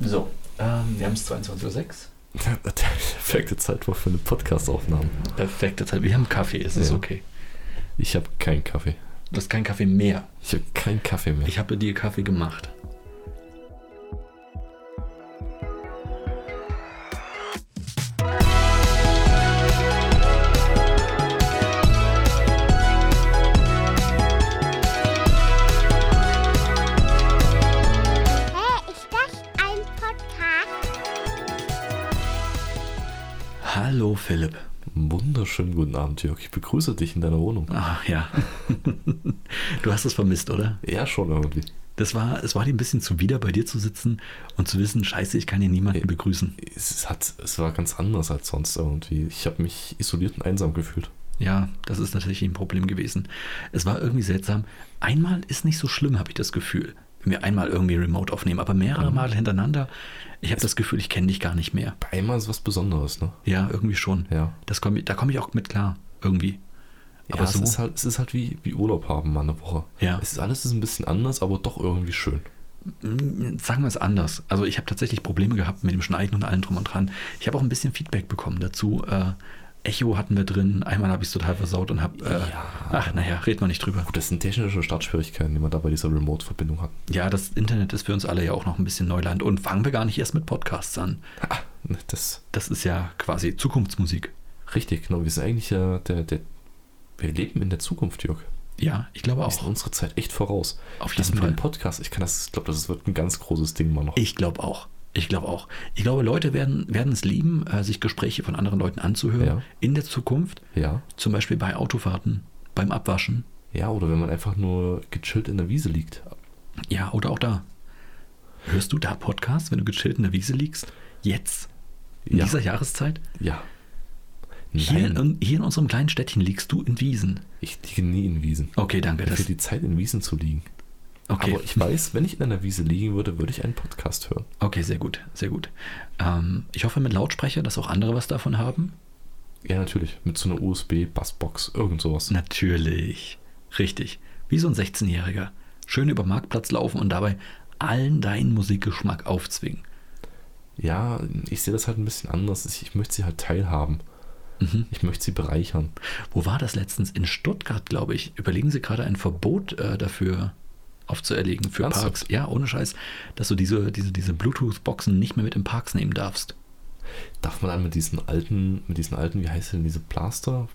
So, ähm, wir haben es 22.06 Uhr. Der perfekte Zeitpunkt für eine Podcastaufnahme. Perfekte Zeit. Wir haben Kaffee, es ist Ja. okay. Ich habe keinen Kaffee. Du hast keinen Kaffee mehr. Ich habe keinen Kaffee mehr. Ich habe dir Kaffee gemacht. Hä, ist das ein Podcast? Hallo Philipp. Wunderschönen guten Abend, Jörg. Ich begrüße dich in deiner Wohnung. Ach Ah, ja. du hast es vermisst, oder? Ja, schon irgendwie. Das war, es war dir ein bisschen zuwider, bei dir zu sitzen und zu wissen, scheiße, ich kann hier niemanden begrüßen. Es, hat, es war ganz anders als sonst irgendwie. Ich habe mich isoliert und einsam gefühlt. Ja, das ist natürlich ein Problem gewesen. Es war irgendwie seltsam. Einmal ist nicht so schlimm, habe ich das Gefühl. Wenn wir einmal irgendwie remote aufnehmen, aber mehrere Mal hintereinander, ich habe das Gefühl, ich kenne dich gar nicht mehr. Bei einmal ist was Besonderes, ne? Ja, irgendwie schon. Ja. Das komm, ich- da komme ich auch mit klar, irgendwie. Ja, Aber es, so, ist halt, es ist halt wie, wie Urlaub haben, mal eine Woche. Ja. Es ist alles ist ein bisschen anders, aber doch irgendwie schön. Mm, sagen wir es anders. Also ich habe tatsächlich Probleme gehabt mit dem Schneiden und allem drum und dran. Ich habe auch ein bisschen Feedback bekommen dazu. Äh, Echo hatten wir drin. Einmal habe ich es total versaut und habe... Äh, Ja. Ach, naja, reden wir nicht drüber. Gut, das sind technische Startschwierigkeiten, die man da bei dieser Remote-Verbindung hat. Ja, das Internet ist für uns alle ja auch noch ein bisschen Neuland. Und fangen wir gar nicht erst mit Podcasts an. Ah, ne, das Das ist ja quasi Zukunftsmusik. ist richtig, genau. Wir sind eigentlich ja der, der. Wir leben in der Zukunft, Jörg. Ja, ich glaube Wir sind auch. unsere Zeit echt voraus. Auf das jeden mit dem Fall. Podcast, ich kann das, ich glaube, das wird ein ganz großes Ding mal noch. Ich glaube auch. Ich glaube auch. Ich glaube, Leute werden, werden es lieben, äh, sich Gespräche von anderen Leuten anzuhören. Ja. In der Zukunft. Ja. Zum Beispiel bei Autofahrten, beim Abwaschen. Ja, oder wenn man einfach nur gechillt in der Wiese liegt. Ja, oder auch da. Hörst du da Podcasts, wenn du gechillt in der Wiese liegst? Jetzt? In Ja. dieser Jahreszeit? Ja. Hier Nein, in, hier in unserem kleinen Städtchen liegst du in Wiesen. ich liege nie in Wiesen. Okay, danke. Mir fehlt Das, die Zeit, in Wiesen zu liegen. okay. Aber ich weiß, wenn ich in einer Wiese liegen würde, würde ich einen Podcast hören. okay, sehr gut, sehr gut. Ähm, ich hoffe mit Lautsprecher, dass auch andere was davon haben. Ja, natürlich. Mit so einer USB-Bassbox, irgend sowas. Mhm. Natürlich. Richtig. Wie so ein 16-Jähriger. Schön über den Marktplatz laufen und dabei allen deinen Musikgeschmack aufzwingen. Ja, ich sehe das halt ein bisschen anders. Ich ich möchte sie halt teilhaben. Mhm. Ich möchte sie bereichern. Wo war das letztens? In Stuttgart, glaube ich. Überlegen Sie gerade ein Verbot äh, dafür aufzuerlegen für Ernsthaft? Parks. Ja, ohne Scheiß, dass du diese, diese, diese Bluetooth-Boxen nicht mehr mit in Parks nehmen darfst. Darf man dann mit diesen alten, mit diesen alten, wie heißt denn diese Blaster?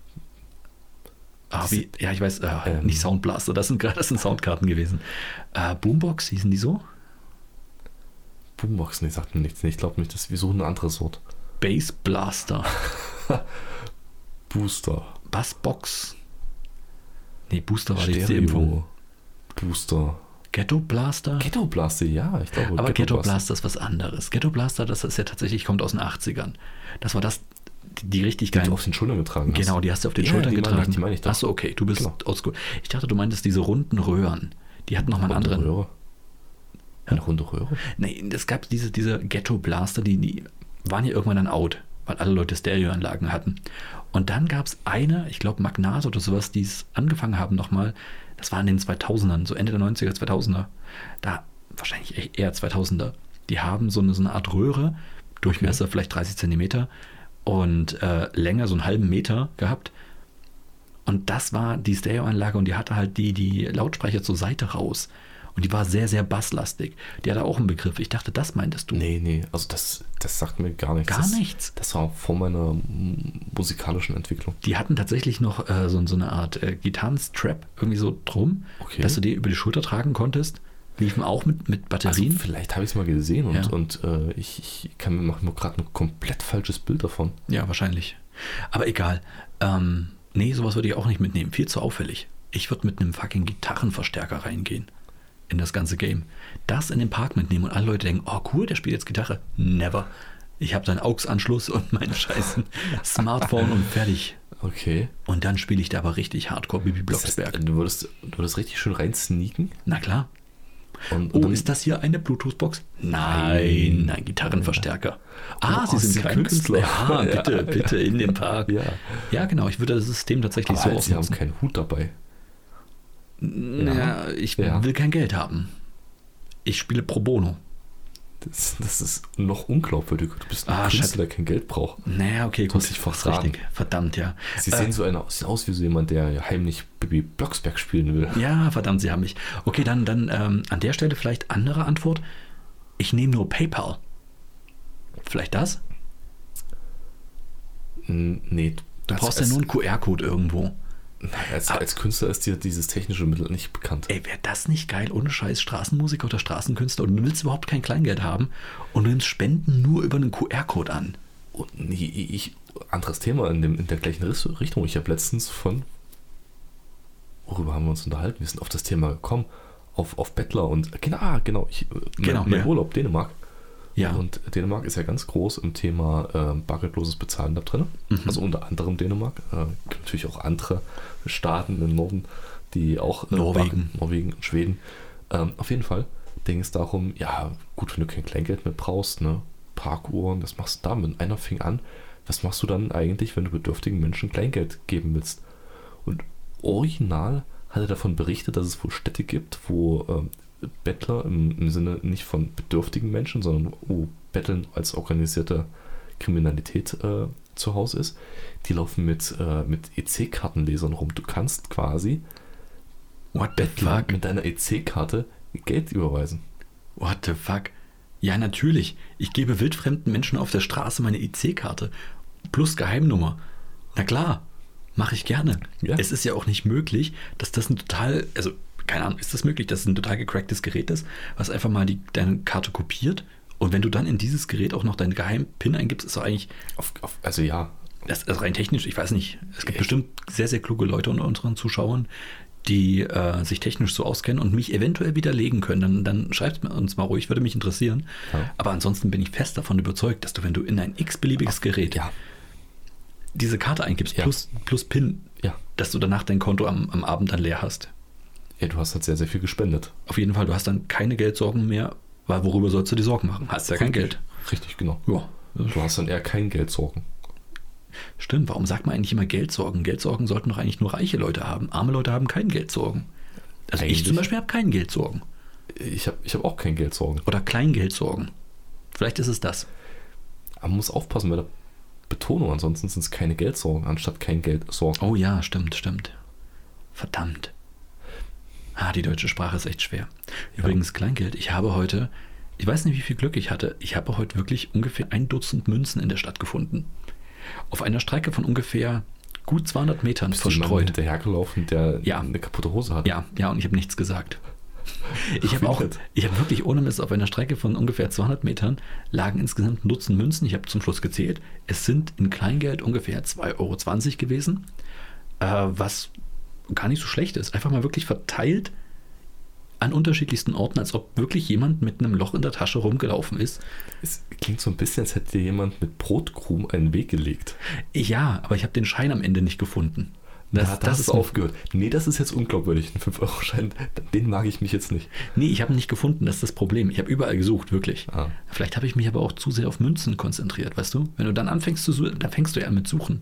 Ah, Das- wie, ja, ich weiß, äh, Ähm. nicht Soundblaster, das sind gerade das sind Soundkarten gewesen. Äh, Boombox hießen die so? Boomboxen, die sagt mir nichts. Nee, Ich glaube nicht, dass wir suchen ein anderes Wort. Bass Blaster. Booster. Bassbox. Nee, Booster war jetzt die Impfung. Stereo. Booster. Ghetto Blaster? Ghetto Blaster, ja, ich glaube. Aber Ghetto Blaster ist was anderes. Ghetto Blaster, das ist ja tatsächlich, kommt aus den 80ern. Das war das, die, die richtig Die geil. du auf den Schultern getragen hast. Genau, die hast du auf den Ja, Schultern die meine ich, getragen. die meine ich doch. Genau. Achso, okay, du bist Klar. oldschool. Ich dachte, du meintest diese runden Röhren. Die hatten nochmal einen Runde anderen. Röhre. Eine runde Röhre? Nee, es gab diese, diese Ghetto-Blaster, die, die waren ja irgendwann dann out, weil alle Leute Stereoanlagen hatten. Und dann gab es eine, ich glaube Magnat oder sowas, die es angefangen haben nochmal. Das war in den 2000ern, so Ende der 90er, 2000er. Da, wahrscheinlich e- eher 2000er. Die haben so eine, so eine Art Röhre, Durchmesser vielleicht 30 Zentimeter und äh, Länge so einen halben Meter gehabt. Und das war die Stereoanlage und die hatte halt die, die Lautsprecher zur Seite raus. Und die war sehr, sehr basslastig. Die hatte auch einen Begriff. Ich dachte, das meintest du. Nee, nee, also das, das sagt mir gar nichts. Gar das, nichts? Das war vor meiner mm, musikalischen Entwicklung. Die hatten tatsächlich noch äh, so, so eine Art äh, Gitarrenstrap irgendwie so drum, Okay. dass du die über die Schulter tragen konntest. Liefen auch mit, mit Also Batterien. vielleicht habe ich es mal gesehen und, Ja. und äh, ich, ich kann mir machen gerade ein komplett falsches Bild davon. ja, wahrscheinlich. Aber egal. Ähm, nee, sowas würde ich auch nicht mitnehmen. Viel zu auffällig. Ich würde mit einem fucking Gitarrenverstärker reingehen in das ganze Game. Das in den Park mitnehmen und alle Leute denken, oh cool, der spielt jetzt Gitarre. Never. Ich habe dann AUX-Anschluss und meinen scheißen Smartphone und fertig. Okay. Und dann spiele ich da aber richtig Hardcore Bibi Das heißt, Blocksberg. du, würdest, du würdest richtig schön rein sneaken. Na klar. Und, Oh, und dann, ist das hier eine Bluetooth-Box? Nein, ein Gitarrenverstärker. Ah, Sie oh, sind Sie sind kein Künstler. Künstler. Ja, Ja, bitte, ja. bitte, in dem Park. Ja. ja, genau, ich würde das System tatsächlich aber so halt, sie haben ausnutzen. keinen Hut dabei. Naja, ich Ja. will kein Geld haben. Ich spiele pro bono. Das, das ist noch unglaubwürdig. Du bist ein Ah, Künstler, Schatz. der kein Geld braucht. Naja, okay, gut. ich das ist verraten. richtig. Verdammt, ja. Sie Äh, sehen so einer, sehen aus wie so jemand, der heimlich Bibi Blocksberg spielen will. Äh, Ja, verdammt, sie haben mich. Okay, dann, dann ähm, an der Stelle vielleicht andere Antwort. Ich nehme nur PayPal. Vielleicht das? N- Nee, Du brauchst ja nur einen QR-Code irgendwo. als, als Künstler ist dir dieses technische Mittel nicht bekannt. Ey, wäre das nicht geil, ohne Scheiß Straßenmusiker oder Straßenkünstler und du willst überhaupt kein Kleingeld haben und du nimmst Spenden nur über einen QR-Code an. Und ich, ich, anderes Thema in, dem, in der gleichen Riss- Richtung. Ich habe letztens von, worüber haben wir uns unterhalten? Wir sind auf das Thema gekommen, auf, auf Bettler und, genau, ah, genau, ich, Genau, mein, mein ja. Urlaub, Dänemark. Ja. Und Dänemark ist ja ganz groß im Thema ähm, bargeldloses Bezahlen da drin. Also unter anderem Dänemark. Äh, gibt natürlich auch andere Staaten im Norden, die auch. äh, Norwegen. Bar- Norwegen und Schweden. Ähm, auf jeden Fall ging es darum, ja, gut, wenn du kein Kleingeld mehr brauchst, ne? Parkuhren, das machst du damit. Einer fing an, was machst du dann eigentlich, wenn du bedürftigen Menschen Kleingeld geben willst? Und original hat er davon berichtet, dass es wohl Städte gibt, wo ähm, Bettler im, im Sinne nicht von bedürftigen Menschen, sondern wo Betteln als organisierte Kriminalität äh, zu Hause ist. Die laufen mit, äh, mit EC-Kartenlesern rum. Du kannst quasi What the fuck? mit deiner EC-Karte Geld überweisen. What the fuck? Ja, natürlich. Ich gebe wildfremden Menschen auf der Straße meine IC-Karte plus Geheimnummer. Na klar, mache ich gerne. Ja. Es ist ja auch nicht möglich, dass das ein total, also keine Ahnung, ist das möglich, dass es ein total gecracktes Gerät ist, was einfach mal die, deine Karte kopiert und wenn du dann in dieses Gerät auch noch deinen Geheim-PIN eingibst, ist doch eigentlich, Auf, auf, also ja, das also rein technisch, ich weiß nicht, es gibt Echt? bestimmt sehr, sehr kluge Leute unter unseren Zuschauern, die äh, sich technisch so auskennen und mich eventuell widerlegen können. Dann, dann schreibt mir uns mal ruhig, würde mich interessieren. Ja. Aber ansonsten bin ich fest davon überzeugt, dass du, wenn du in ein x-beliebiges Gerät ja, diese Karte eingibst, Ja. plus, plus PIN, ja. dass du danach dein Konto am, am Abend dann leer hast. ja, du hast halt sehr, sehr viel gespendet. Auf jeden Fall, du hast dann keine Geldsorgen mehr, weil worüber sollst du dir Sorgen machen? Hast ja kein Geld. Richtig, genau. Ja, Du hast dann eher kein Geld sorgen. stimmt. Warum sagt man eigentlich immer Geldsorgen? Geldsorgen sollten doch eigentlich nur reiche Leute haben. Arme Leute haben kein Geldsorgen. Also ich Eigentlich- zum Beispiel habe kein Geldsorgen. Ich habe ich hab auch kein Geld sorgen. Oder Kleingeldsorgen. Vielleicht ist es das. Aber man muss aufpassen bei der Betonung, ansonsten sind es keine Geldsorgen, anstatt kein Geld sorgen. Oh ja, stimmt, stimmt. Verdammt. Ah, die deutsche Sprache ist echt schwer. Übrigens, Kleingeld. Ich habe heute, ich weiß nicht, wie viel Glück ich hatte, ich habe heute wirklich ungefähr ein Dutzend Münzen in der Stadt gefunden. Auf einer Strecke von ungefähr gut 200 Metern Ist jemand verstreut. hinterhergelaufen, der Ja. eine kaputte Hose hat. Ja, ja, und ich habe nichts gesagt. Ich habe auch, Findet. ich habe wirklich ohne Mist auf einer Strecke von ungefähr 200 Metern lagen insgesamt ein Dutzend Münzen. Ich habe zum Schluss gezählt. Es sind in Kleingeld ungefähr 2,20 Euro gewesen, äh, was gar nicht so schlecht ist. Einfach mal wirklich verteilt an unterschiedlichsten Orten, als ob wirklich jemand mit einem Loch in der Tasche rumgelaufen ist. Es klingt so ein bisschen, als hätte dir jemand mit Brotkrumen einen Weg gelegt. Ja, aber ich habe den Schein am Ende nicht gefunden. Das, Ja, das, ist auf. aufgehört. Nee, das ist jetzt unglaubwürdig. Ein 5-Euro-Schein, den mag ich mich jetzt nicht. Nee, ich habe ihn nicht gefunden, das ist das Problem. Ich habe überall gesucht, wirklich. Ah. Vielleicht habe ich mich aber auch zu sehr auf Münzen konzentriert, weißt du? Wenn du dann anfängst zu suchen, dann fängst du ja an mit Suchen.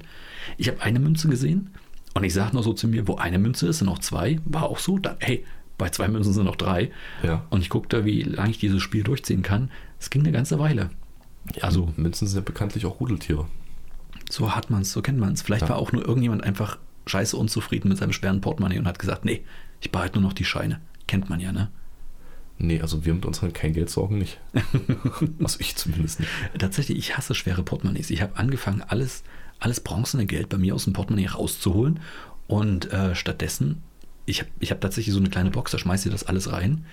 Ich habe eine Münze gesehen und ich sage nur so zu mir, wo eine Münze ist, sind noch zwei. War auch so. Dann, hey, bei zwei Münzen sind noch drei. Ja. Und ich guckte, wie lange ich dieses Spiel durchziehen kann. Es ging eine ganze Weile. Also, Münzen sind ja bekanntlich auch Rudeltiere. so hat man es, so kennt man es. Vielleicht Ja. war auch nur irgendjemand einfach scheiße unzufrieden mit seinem schweren Portemonnaie und hat gesagt, nee, ich behalte nur noch die Scheine. Kennt man ja, ne? Nee, also wir mit unseren kein Geld sorgen nicht. also ich zumindest nicht. Tatsächlich, ich hasse schwere Portemonnaies. Ich habe angefangen, alles, alles bronzene Geld bei mir aus dem Portemonnaie rauszuholen. Und äh, stattdessen, ich habe ich hab tatsächlich so eine kleine Box, da schmeißt ihr das alles rein.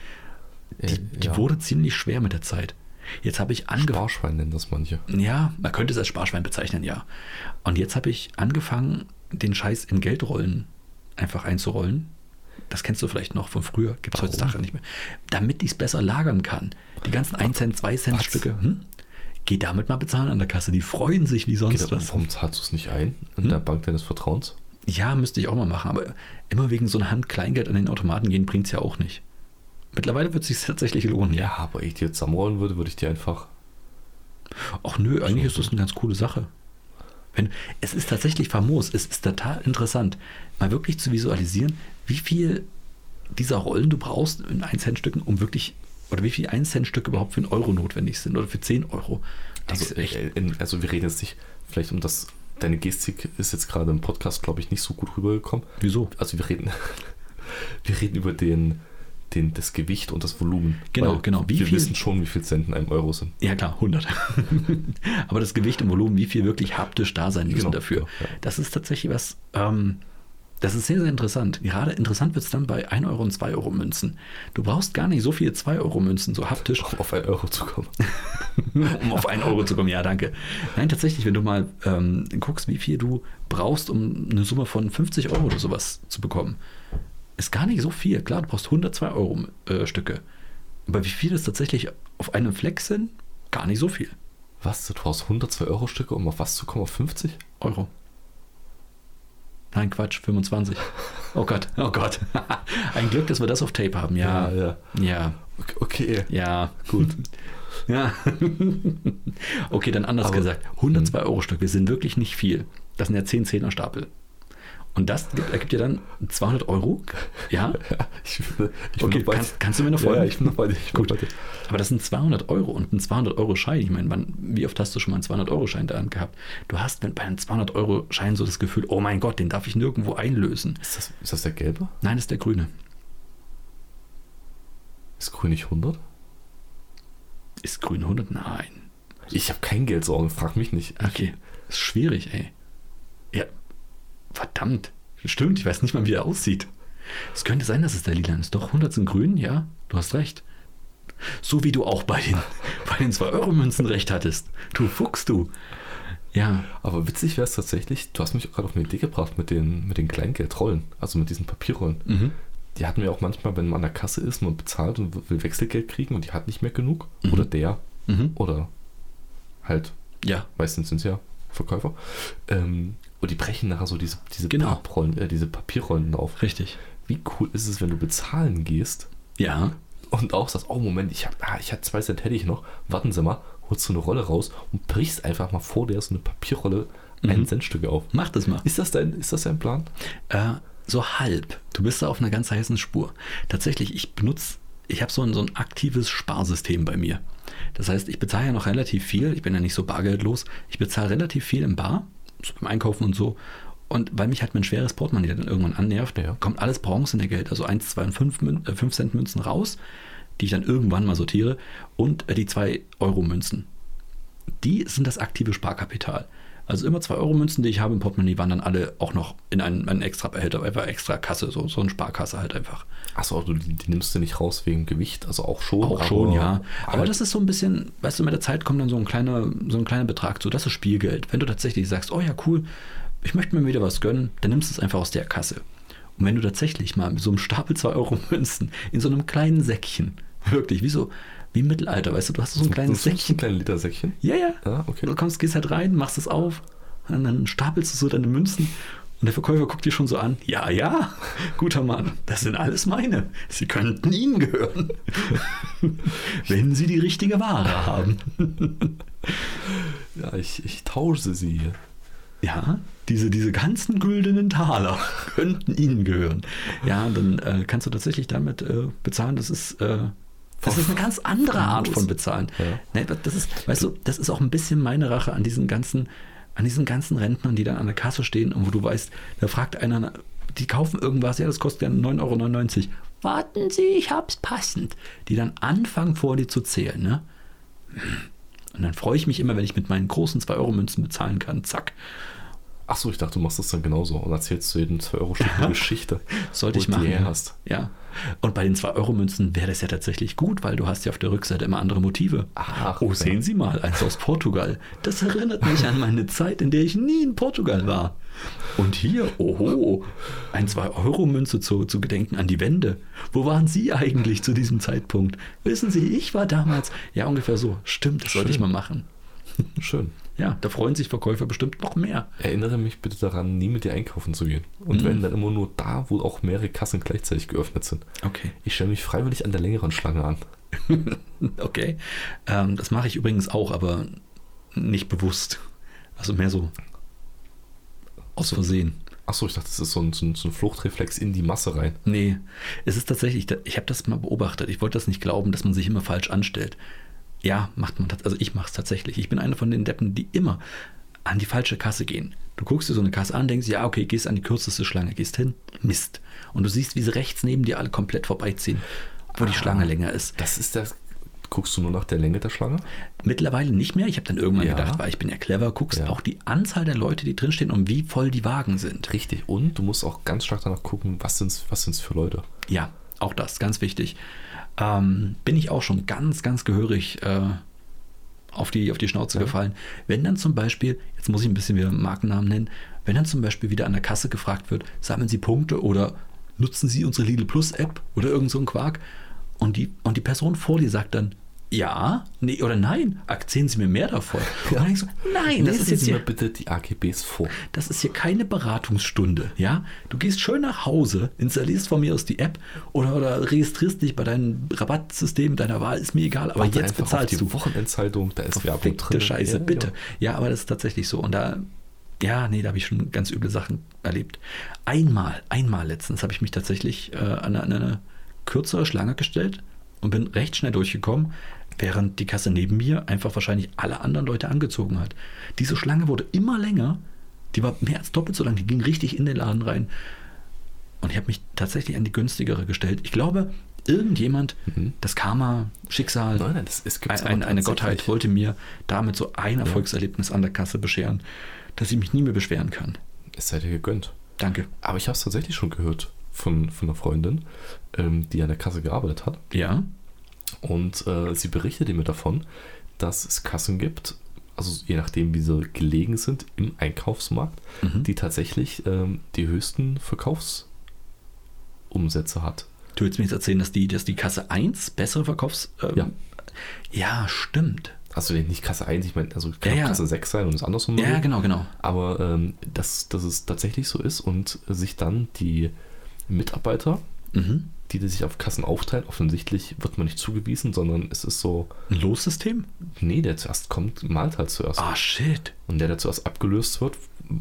Die, Äh, die ja. wurde ziemlich schwer mit der Zeit. Jetzt habe ich angefangen. Sparschwein nennen das manche. Ja, man könnte es als Sparschwein bezeichnen, ja. Und jetzt habe ich angefangen, den Scheiß in Geldrollen einfach einzurollen. Das kennst du vielleicht noch von früher, gibt es Warum? heutzutage nicht mehr. Damit ich es besser lagern kann. Die ganzen 1 Cent, 2 Cent Was? Stücke. Hm? Geh damit mal bezahlen an der Kasse. Die freuen sich wie sonst Geht, aber was. Hm? warum zahlst du es nicht ein? In der Bank deines Vertrauens? Ja, müsste ich auch mal machen, aber immer wegen so einer Hand Kleingeld an den Automaten gehen, bringt es ja auch nicht. Mittlerweile wird es sich tatsächlich lohnen, ja. Ja, aber ich dir zusammenrollen würde, würde ich dir einfach. Ach nö, eigentlich ist das eine ganz coole Sache. Wenn, es ist tatsächlich famos, es ist total interessant, mal wirklich zu visualisieren, wie viel dieser Rollen du brauchst in 1 Cent Stücken, um wirklich oder wie viel 1-Cent-Stück überhaupt für einen Euro notwendig sind oder für 10 Euro. Denkst Also, du echt, äh, in, also wir reden jetzt nicht, vielleicht um das, deine Gestik ist jetzt gerade im Podcast, glaube ich, nicht so gut rübergekommen. wieso? Also wir reden, wir reden über den, den, das Gewicht und das Volumen. Genau, genau. Wie wir viel- wissen schon, wie viel Cent in einem Euro sind. Ja klar, 100. Aber das Gewicht und Volumen, wie viel wirklich haptisch da sein müssen Genau, dafür, genau, ja. das ist tatsächlich was, ähm, das ist sehr, sehr interessant. Gerade interessant wird es dann bei 1 Euro und 2 Euro Münzen. Du brauchst gar nicht so viele 2 Euro Münzen, so haptisch, Um auf einen Euro zu kommen. um auf 1 Euro zu kommen. Ja, danke. Nein, tatsächlich, wenn du mal ähm, guckst, wie viel du brauchst, um eine Summe von 50 Euro oder sowas zu bekommen, ist gar nicht so viel. Klar, du brauchst 102 Euro äh, Stücke. Aber wie viel das tatsächlich auf einem Fleck sind, gar nicht so viel. Was? Du brauchst 102 Euro Stücke, um auf was zu kommen? Auf 50? Euro. Nein, Quatsch, 25. Oh Gott, oh Gott. Ein Glück, dass wir das auf Tape haben, ja. Ja, ja. ja. Okay, okay. Gut. Ja. Okay, dann anders Aber- hm. gesagt. 102 Euro Stücke sind wirklich nicht viel. Das sind ja 10 Zehner Stapel. Und das gibt, ergibt ja dann 200 Euro. Ja. Ja, ich, ich Okay, noch bei kannst- dir. kannst du mir noch Ja, ja, folgen? ich bin noch bei dir. Ich bin Gut. noch Bei dir. Aber das sind 200 Euro und ein 200 Euro Schein. Ich meine, wann, wie oft hast du schon mal einen 200 Euro Schein da gehabt? Du hast mit- bei einem 200 Euro Schein so das Gefühl, oh mein Gott, den darf ich nirgendwo einlösen. Ist das, ist das der gelbe? Nein, das ist der grüne. Ist grün nicht 100? Ist grün 100? Nein. Ich habe kein Geld Sorgen, frag mich nicht. Okay. Ist schwierig, ey. Ja. Verdammt. Stimmt, ich weiß nicht mal, wie er aussieht. Es könnte sein, dass es der Lilan ist. Doch, 100 sind grün, ja. Du hast recht. So wie du auch bei den, bei den 2-Euro-Münzen recht hattest. Du Fuchs, du. Ja. Aber witzig wäre es tatsächlich, du hast mich gerade auf eine Idee gebracht mit den, mit den Kleingeldrollen, also mit diesen Papierrollen. Mhm. Die hatten wir auch manchmal, wenn man an der Kasse ist, man bezahlt und will Wechselgeld kriegen und die hat nicht mehr genug. Oder der. Mhm. Oder halt, Ja. meistens sind es ja Verkäufer. Ähm, und die brechen nachher so diese, diese, Genau. Papprollen, äh, diese Papierrollen auf. Richtig. Wie cool ist es, wenn du bezahlen gehst Ja. und auch sagst, oh Moment, ich habe ah, ich hab zwei Cent hätte ich noch, warten Sie mal, holst du eine Rolle raus und brichst einfach mal vor der so eine Papierrolle Mhm. ein Centstück auf. Mach das mal. Ist das dein, ist das dein Plan? Äh, so halb. Du bist da auf einer ganz heißen Spur. Tatsächlich, ich benutze, ich habe so ein, so ein aktives Sparsystem bei mir. Das heißt, ich bezahle ja noch relativ viel. Ich bin ja nicht so bargeldlos. Ich bezahle relativ viel im Bar, so beim Einkaufen und so. Und weil mich halt mein schweres Portemonnaie dann irgendwann annervt, Ja. kommt alles Bronzegeld, also 1, 2 und 5, Mün äh, 5 Cent Münzen raus, die ich dann irgendwann mal sortiere, und äh, die 2 Euro Münzen die sind das aktive Sparkapital. Also immer 2-Euro-Münzen, die ich habe im Portemonnaie, waren dann alle auch noch in einen, einen extra Behälter, einfach extra Kasse, so, so eine Sparkasse halt einfach. Achso, du, die, die nimmst du nicht raus wegen Gewicht, also auch schon. Auch schon, ja. Aber Aber das ist so ein bisschen, weißt du, mit der Zeit kommt dann so ein kleiner, so ein kleiner Betrag zu. Das ist Spielgeld. Wenn du tatsächlich sagst, oh ja, cool, ich möchte mir wieder was gönnen, dann nimmst du es einfach aus der Kasse. Und wenn du tatsächlich mal mit so einem Stapel 2-Euro-Münzen in so einem kleinen Säckchen, wirklich, wie so, wie im Mittelalter, weißt du, du hast so ein kleines das ist Säckchen ein kleines Litersäckchen. Ja, ja. Ah, okay. Du kommst, gehst halt rein, machst es auf und dann stapelst du so deine Münzen und der Verkäufer guckt dir schon so an. Ja, ja, guter Mann, das sind alles meine. Sie könnten Ihnen gehören, wenn Sie die richtige Ware haben. Ja, ich, ich tausche sie hier. Ja, diese, diese ganzen güldenen Taler könnten Ihnen gehören. Ja, dann äh, kannst du tatsächlich damit äh, bezahlen. Das ist, äh, das ist eine ganz andere Art von Bezahlen. Ja. Ne, das ist, weißt du, das ist auch ein bisschen meine Rache an diesen ganzen, an diesen ganzen Rentnern, die dann an der Kasse stehen und wo du weißt, da fragt einer, die kaufen irgendwas, ja, das kostet ja 9,99 Euro. Warten Sie, ich hab's passend. Die dann anfangen vor dir zu zählen, ne? Und dann freue ich mich immer, wenn ich mit meinen großen 2-Euro-Münzen bezahlen kann. Zack. Achso, ich dachte, du machst das dann genauso und erzählst zu jedem 2-Euro-Stück eine Geschichte. Sollte wo ich du machen. die her ja. Hast. Ja. Und bei den 2-Euro-Münzen wäre das ja tatsächlich gut, weil du hast ja auf der Rückseite immer andere Motive. Ach, oh, ja. sehen Sie mal, eins aus Portugal. Das erinnert mich an meine Zeit, in der ich nie in Portugal war. Und hier, oho, ein 2-Euro-Münze zu, zu gedenken an die Wende. Wo waren Sie eigentlich zu diesem Zeitpunkt? Wissen Sie, ich war damals. Ja, ungefähr so. Stimmt, das sollte ich Schön. mal machen. Schön. Ja, da freuen sich Verkäufer bestimmt noch mehr. Erinnere mich bitte daran, nie mit dir einkaufen zu gehen. Und Mhm. wenn, dann immer nur da, wo auch mehrere Kassen gleichzeitig geöffnet sind. Okay. Ich stelle mich freiwillig an der längeren Schlange an. Okay. Ähm, das mache ich übrigens auch, aber nicht bewusst. Also mehr so aus Versehen. Achso, ich dachte, das ist so ein, so, ein, so ein Fluchtreflex in die Masse rein. Nee, es ist tatsächlich, ich habe das mal beobachtet. Ich wollte das nicht glauben, dass man sich immer falsch anstellt. Ja, macht man das. Also ich mache es tatsächlich. Ich bin einer von den Deppen, die immer an die falsche Kasse gehen. Du guckst dir so eine Kasse an, denkst, ja, okay, gehst an die kürzeste Schlange, gehst hin, Mist. Und du siehst, wie sie rechts neben dir alle komplett vorbeiziehen, wo die Ah. Schlange länger ist. Das ist das. Guckst du nur nach der Länge der Schlange? Mittlerweile nicht mehr. Ich habe dann irgendwann Ja. gedacht, weil ich bin ja clever, guckst Ja. auch die Anzahl der Leute, die drinstehen und wie voll die Wagen sind. Richtig. Und du musst auch ganz stark danach gucken, was sind es was sind's für Leute. Ja, auch das, ganz wichtig. Ähm, bin ich auch schon ganz, ganz gehörig äh, auf, die, auf die Schnauze gefallen. Wenn dann zum Beispiel, jetzt muss ich ein bisschen wieder Markennamen nennen, wenn dann zum Beispiel wieder an der Kasse gefragt wird, sammeln Sie Punkte oder nutzen Sie unsere Lidl Plus App oder irgend so ein Quark und die, und die Person vor dir sagt dann, ja, nee oder nein, erzählen Sie mir mehr davon. Und dann denkst du, nein, das ist jetzt mir hier bitte die AGBs vor. das ist hier keine Beratungsstunde, ja? Du gehst schön nach Hause, installierst von mir aus die App oder, oder registrierst dich bei deinem Rabattsystem deiner Wahl, ist mir egal, aber Warte jetzt einfach auf bezahlst die du. Wochenendzeitung, da ist Werbung Verfickte drin. Scheiße, Ja, genau. bitte. Ja. Ja. aber das ist tatsächlich so. Und da, ja, nee, da habe ich schon ganz üble Sachen erlebt. Einmal, einmal letztens habe ich mich tatsächlich äh, an, eine- an eine kürzere Schlange gestellt und bin recht schnell durchgekommen, während die Kasse neben mir einfach wahrscheinlich alle anderen Leute angezogen hat. Diese Schlange wurde immer länger, die war mehr als doppelt so lang, die ging richtig in den Laden rein. Und ich habe mich tatsächlich an die günstigere gestellt. Ich glaube, irgendjemand, Mhm. das Karma, Schicksal, Nein, nein, das ist ein, ein, eine Gottheit wollte mir damit so ein Erfolgserlebnis an der Kasse bescheren, dass ich mich nie mehr beschweren kann. Es sei dir gegönnt. Danke. Aber ich habe es tatsächlich schon gehört von, von einer Freundin, ähm, die an der Kasse gearbeitet hat. Ja, Und äh, sie berichtete mir davon, dass es Kassen gibt, also je nachdem, wie sie gelegen sind im Einkaufsmarkt, Mhm. die tatsächlich ähm, die höchsten Verkaufsumsätze hat. du willst mir jetzt erzählen, dass die, dass die Kasse 1 bessere Verkaufs... Ähm, Ja. ja, stimmt. Also nicht Kasse 1, ich meine, also Ja, kann auch ja. Kasse 6 sein und es andersrum. Ja, sein. genau, genau. Aber ähm, dass, dass es tatsächlich so ist und sich dann die Mitarbeiter, Mhm. die, die sich auf Kassen aufteilen, offensichtlich wird man nicht zugewiesen, sondern es ist so, Ein Lossystem? nee, der zuerst kommt, malt halt zuerst. Ah, shit. Und der, der zuerst abgelöst wird,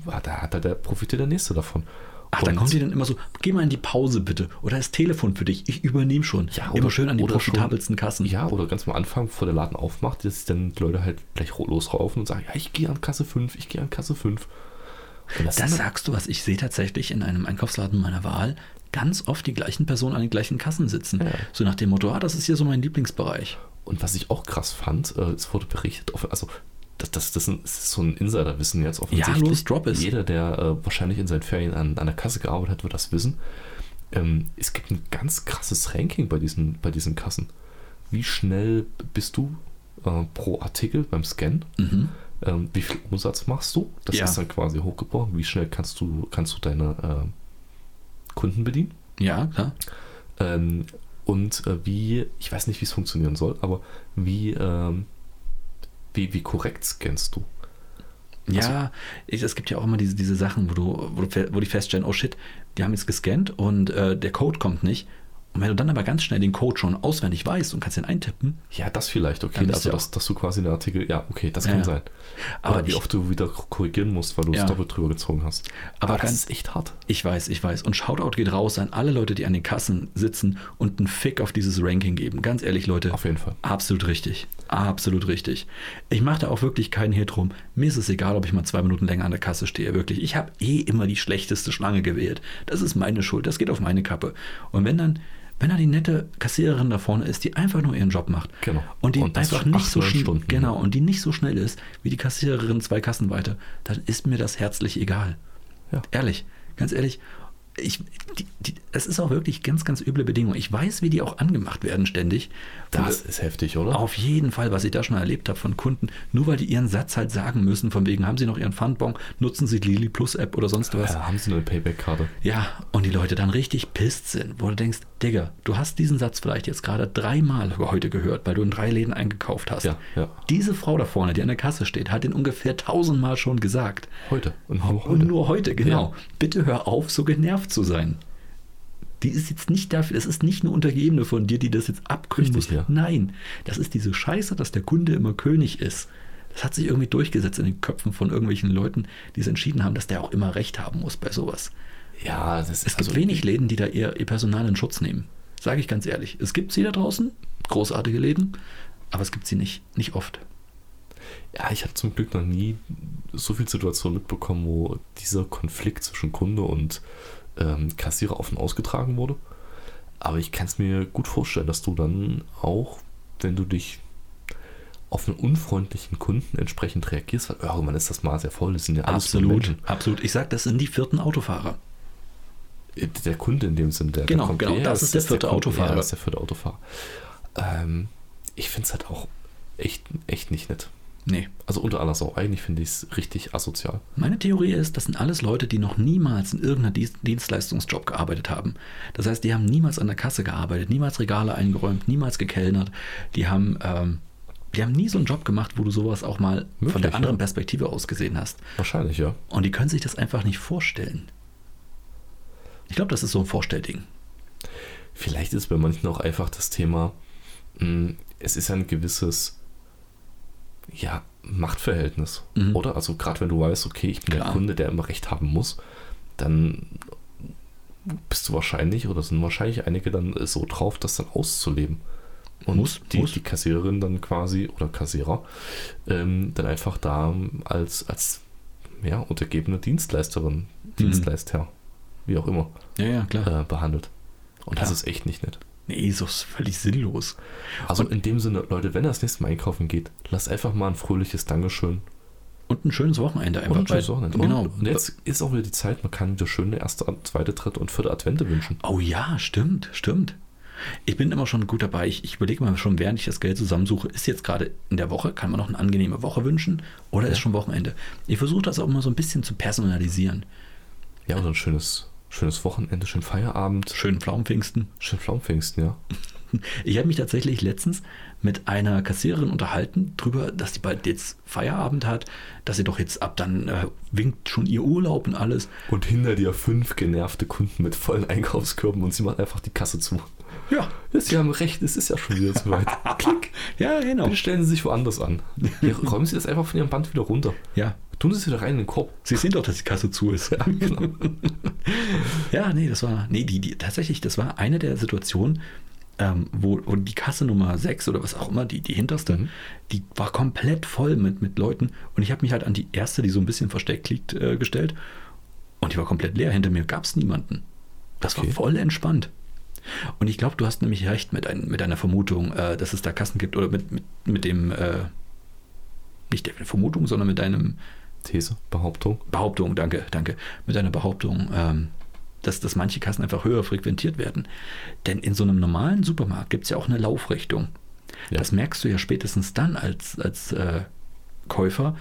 hat, da hat er, der profitiert der Nächste davon. Ach, und, da kommt die dann immer so, geh mal in die Pause bitte. Oder das Telefon für dich, ich übernehme schon. Ja, immer oder- schön an die oder schon- profitabelsten Kassen. Ja, oder ganz am Anfang, bevor der Laden aufmacht, dass dann die Leute halt gleich ro- losraufen und sagen, ja, ich gehe an Kasse 5, ich gehe an Kasse 5. Und das Das sind- sagst du was. Ich sehe tatsächlich in einem Einkaufsladen meiner Wahl ganz oft die gleichen Personen an den gleichen Kassen sitzen. Ja. So nach dem Motto, ah, das ist hier so mein Lieblingsbereich. Und was ich auch krass fand, äh, es wurde berichtet, offen- also das, das, das, sind- das ist so ein Insiderwissen jetzt offensichtlich. los, drop es. Jeder, der äh, wahrscheinlich in seinen Ferien an, an der Kasse gearbeitet hat, wird das wissen. Ähm, es gibt ein ganz krasses Ranking bei diesen, bei diesen Kassen. Wie schnell bist du äh, pro Artikel beim Scan? Mhm. Ähm, wie viel Umsatz machst du? Das Ja. ist dann quasi hochgebrochen. Wie schnell kannst du, kannst du deine äh, Kunden bedienen? Ja, klar. Ähm, und äh, wie, ich weiß nicht, wie es funktionieren soll, aber wie, ähm, wie, wie korrekt scannst du? Ja, ich, es gibt ja auch immer diese, diese Sachen, wo, du, wo, du, fe- wo die feststellen, oh shit, die haben jetzt gescannt und äh, der Code kommt nicht. Und wenn du dann aber ganz schnell den Code schon auswendig weißt und kannst den eintippen, Ja, das vielleicht, okay. Dann bist Also, du dass, dass du quasi einen Artikel, ja, okay, das Ja, kann ja. sein. Aber Aber wie ich- oft du wieder korrigieren musst, weil du Ja. es doppelt drüber gezogen hast. Aber ganz- echt hart. ich weiß, ich weiß. Und Shoutout geht raus an alle Leute, die an den Kassen sitzen und einen Fick auf dieses Ranking geben. Ganz ehrlich, Leute. Auf jeden Fall. Absolut richtig. Absolut richtig. Ich mache da auch wirklich keinen Hehl drum. Mir ist es egal, ob ich mal zwei Minuten länger an der Kasse stehe. Wirklich. Ich habe eh immer die schlechteste Schlange gewählt. Das ist meine Schuld. Das geht auf meine Kappe. Und wenn dann, wenn dann die nette Kassiererin da vorne ist, die einfach nur ihren Job macht. Genau. Und die Und das einfach schon nicht acht, so neun schnell. Stunden. ne? Genau. Und die nicht so schnell ist wie die Kassiererin zwei Kassen weiter. Dann ist mir das herzlich egal. Ja. Ehrlich, ganz ehrlich, ich, die, die, das ist auch wirklich ganz, ganz üble Bedingung. Ich weiß, wie die auch angemacht werden ständig. Das Und, ist heftig, oder? auf jeden Fall, was ich da schon erlebt habe von Kunden, nur weil die ihren Satz halt sagen müssen, von wegen, haben sie noch ihren Pfandbon, nutzen sie die Lili Plus App oder sonst was. Ja, Äh, haben sie eine Payback-Karte? Ja, und die Leute dann richtig pisst sind, wo du denkst, Digga, du hast diesen Satz vielleicht jetzt gerade dreimal heute gehört, weil du in drei Läden eingekauft hast. Ja, ja. Diese Frau da vorne, die an der Kasse steht, hat den ungefähr tausendmal schon gesagt. Heute. Und nur Und heute. nur heute, genau. Ja. Bitte hör auf, so genervt zu sein. Die ist jetzt nicht dafür, es ist nicht eine Untergebene von dir, die das jetzt abkriegen muss. Richtig, ja. Nein, das ist diese Scheiße, dass der Kunde immer König ist. Das hat sich irgendwie durchgesetzt in den Köpfen von irgendwelchen Leuten, die es entschieden haben, dass der auch immer recht haben muss bei sowas. Ja, das ist also Es gibt wenig Läden, die da ihr, ihr Personal in Schutz nehmen. Sage ich ganz ehrlich. Es gibt sie da draußen, großartige Läden, aber es gibt sie nicht, nicht oft. Ja, ich habe zum Glück noch nie so viel Situationen mitbekommen, wo dieser Konflikt zwischen Kunde und ähm, Kassierer offen ausgetragen wurde. Aber ich kann es mir gut vorstellen, dass du dann auch, wenn du dich auf einen unfreundlichen Kunden entsprechend reagierst, weil irgendwann ist das Maß ja voll, das sind ja alles nur absolut. Ich sage, das sind die vierten Autofahrer. Menschen. Äh, Der Kunde in dem Sinn, der Genau, da kommt. genau, das ist der vierte Kunde, Autofahrer. Ja, das ist der vierte Autofahrer. Ähm, ich finde es halt auch echt, echt nicht nett. Nee. Also unter aller Sau, eigentlich finde ich es richtig asozial. Meine Theorie ist, das sind alles Leute, die noch niemals in irgendeinem Dienst- Dienstleistungsjob gearbeitet haben. Das heißt, die haben niemals an der Kasse gearbeitet, niemals Regale eingeräumt, niemals gekellnert. Die haben, ähm, die haben nie so einen Job gemacht, wo du sowas auch mal von Möglich, der anderen ja. Perspektive aus gesehen hast. Wahrscheinlich, ja. Und die können sich das einfach nicht vorstellen. Ich glaube, das ist so ein Vorstellding. Vielleicht ist bei manchen auch einfach das Thema, mh, es ist ein gewisses ja, Machtverhältnis, Mhm. oder? Also gerade wenn du weißt, okay, ich bin Klar. der Kunde, der immer recht haben muss, dann bist du wahrscheinlich oder sind wahrscheinlich einige dann äh, so drauf, das dann auszuleben. Und Muss, die, muss. die Kassiererin dann quasi oder Kassierer ähm, dann einfach da als, als ja, untergebene Dienstleisterin, Mhm. Dienstleister, wie auch immer, Ja, ja, klar. äh, behandelt. Und das Klar. ist echt nicht nett. Nee, so ist völlig sinnlos. Also in dem Sinne, Leute, wenn ihr das nächste Mal einkaufen geht, lasst einfach mal ein fröhliches Dankeschön Und ein schönes Wochenende einfach. und ein bei- schönes Wochenende. Genau. Und jetzt ist auch wieder die Zeit, man kann wieder schöne erste, zweite, dritte und vierte Advente wünschen. Oh ja, stimmt, stimmt. Ich bin immer schon gut dabei. Ich, ich überlege mal schon, während ich das Geld zusammensuche, ist jetzt gerade in der Woche, kann man noch eine angenehme Woche wünschen oder ist schon Wochenende? Ich versuche das auch immer so ein bisschen zu personalisieren. Ja, und ein schönes, schönes Wochenende, schönen Feierabend, Schönen Pflaumenpfingsten. schönen Pflaumenpfingsten, ja. Ich habe mich tatsächlich letztens mit einer Kassiererin unterhalten darüber, dass sie bald jetzt Feierabend hat, dass sie doch jetzt ab dann äh, winkt schon ihr Urlaub und alles. Und hinter dir fünf genervte Kunden mit vollen Einkaufskörben und sie machen einfach die Kasse zu. Ja, Ja, Sie haben recht, es ist ja schon wieder zu weit. Klick. ja, genau. Bitte stellen Sie sich woanders an. Hier, räumen Sie das einfach von Ihrem Band wieder runter. Ja, Tun Sie es wieder rein in den Korb. Sie sehen doch, dass die Kasse zu ist. Ja, genau. nee, das war, nee, die, die, tatsächlich, das war eine der Situationen, ähm, wo, wo die Kasse Nummer 6 oder was auch immer, die, die hinterste, Mhm. die war komplett voll mit, mit Leuten und ich habe mich halt an die erste, die so ein bisschen versteckt liegt, äh, gestellt und die war komplett leer. Hinter mir gab es niemanden. Das Okay. war voll entspannt. Und ich glaube, du hast nämlich recht mit, dein, mit deiner Vermutung, äh, dass es da Kassen gibt oder mit, mit, mit dem, äh, nicht der Vermutung, sondern mit deinem, These, Behauptung. Behauptung, danke, danke, mit einer Behauptung, ähm, dass, dass manche Kassen einfach höher frequentiert werden. Denn in so einem normalen Supermarkt gibt es ja auch eine Laufrichtung. Ja. Das merkst du ja spätestens dann als, als äh, Käufer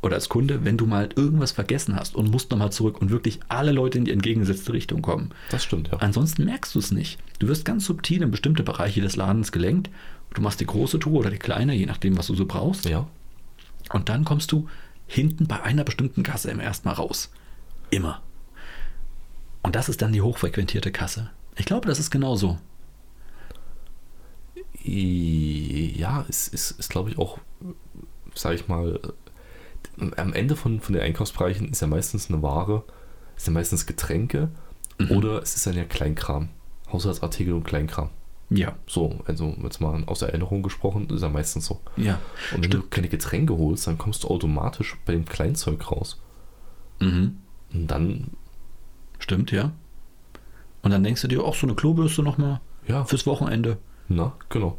oder als Kunde, wenn du mal irgendwas vergessen hast und musst nochmal zurück und wirklich alle Leute in die entgegengesetzte Richtung kommen. Das stimmt, ja. Ansonsten merkst du es nicht. Du wirst ganz subtil in bestimmte Bereiche des Ladens gelenkt. Du machst die große Tour oder die kleine, je nachdem, was du so brauchst. Ja, Und dann kommst du hinten bei einer bestimmten Kasse im ersten Mal raus. Immer. Und das ist dann die hochfrequentierte Kasse. Ich glaube, das ist genau genauso. Ja, es ist, ist glaube ich, auch, sage ich mal, äh, am Ende von, von den Einkaufsbereichen ist ja meistens eine Ware, ist ja meistens Getränke oder es ist dann ja Kleinkram. Haushaltsartikel und Kleinkram. Ja, So, also jetzt mal aus der Erinnerung gesprochen, ist ja meistens so. ja. Und wenn du keine Getränke holst, dann kommst du automatisch bei dem Kleinzeug raus. Mhm. Und dann, Stimmt, ja. Und dann denkst du dir, auch so eine Klobürste nochmal ja, fürs Wochenende. na, genau.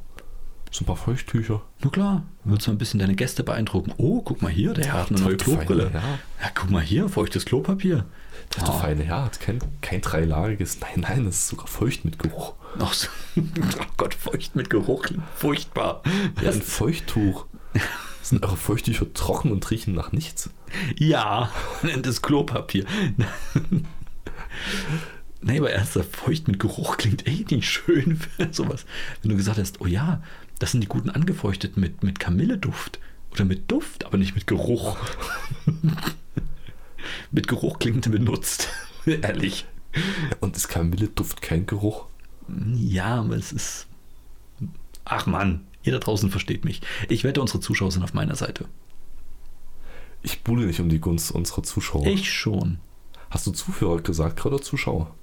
So ein paar Feuchttücher. Na klar, willst du ein bisschen deine Gäste beeindrucken. Oh, guck mal hier, der Herr hat eine neue Feine, Klobrille. ja. ja, guck mal hier, feuchtes Klopapier. Das ist Ah. doch fein, ja, hat kein, kein dreilagiges. Nein, nein, das ist sogar feucht mit Geruch. Ach so. Oh Gott, feucht mit Geruch. Furchtbar. Ja, ein Feuchttuch. Sind eure Feuchttücher trocken und riechen nach nichts? Ja, nennt es Klopapier. nee, aber ernsthaft, feucht mit Geruch klingt eh nicht schön für sowas. Wenn du gesagt hast, oh ja, das sind die guten angefeuchtet mit, mit Kamilleduft. Oder mit Duft, aber nicht mit Geruch. mit Geruch klingt benutzt. Ehrlich. Und ist Kamille-Duft kein Geruch? Ja, aber es ist. Ach Mann, ihr da draußen versteht mich. Ich wette, unsere Zuschauer sind auf meiner Seite. Ich buhle nicht um die Gunst unserer Zuschauer. Ich schon. Hast du Zuhörer gesagt gerade oder Zuschauer?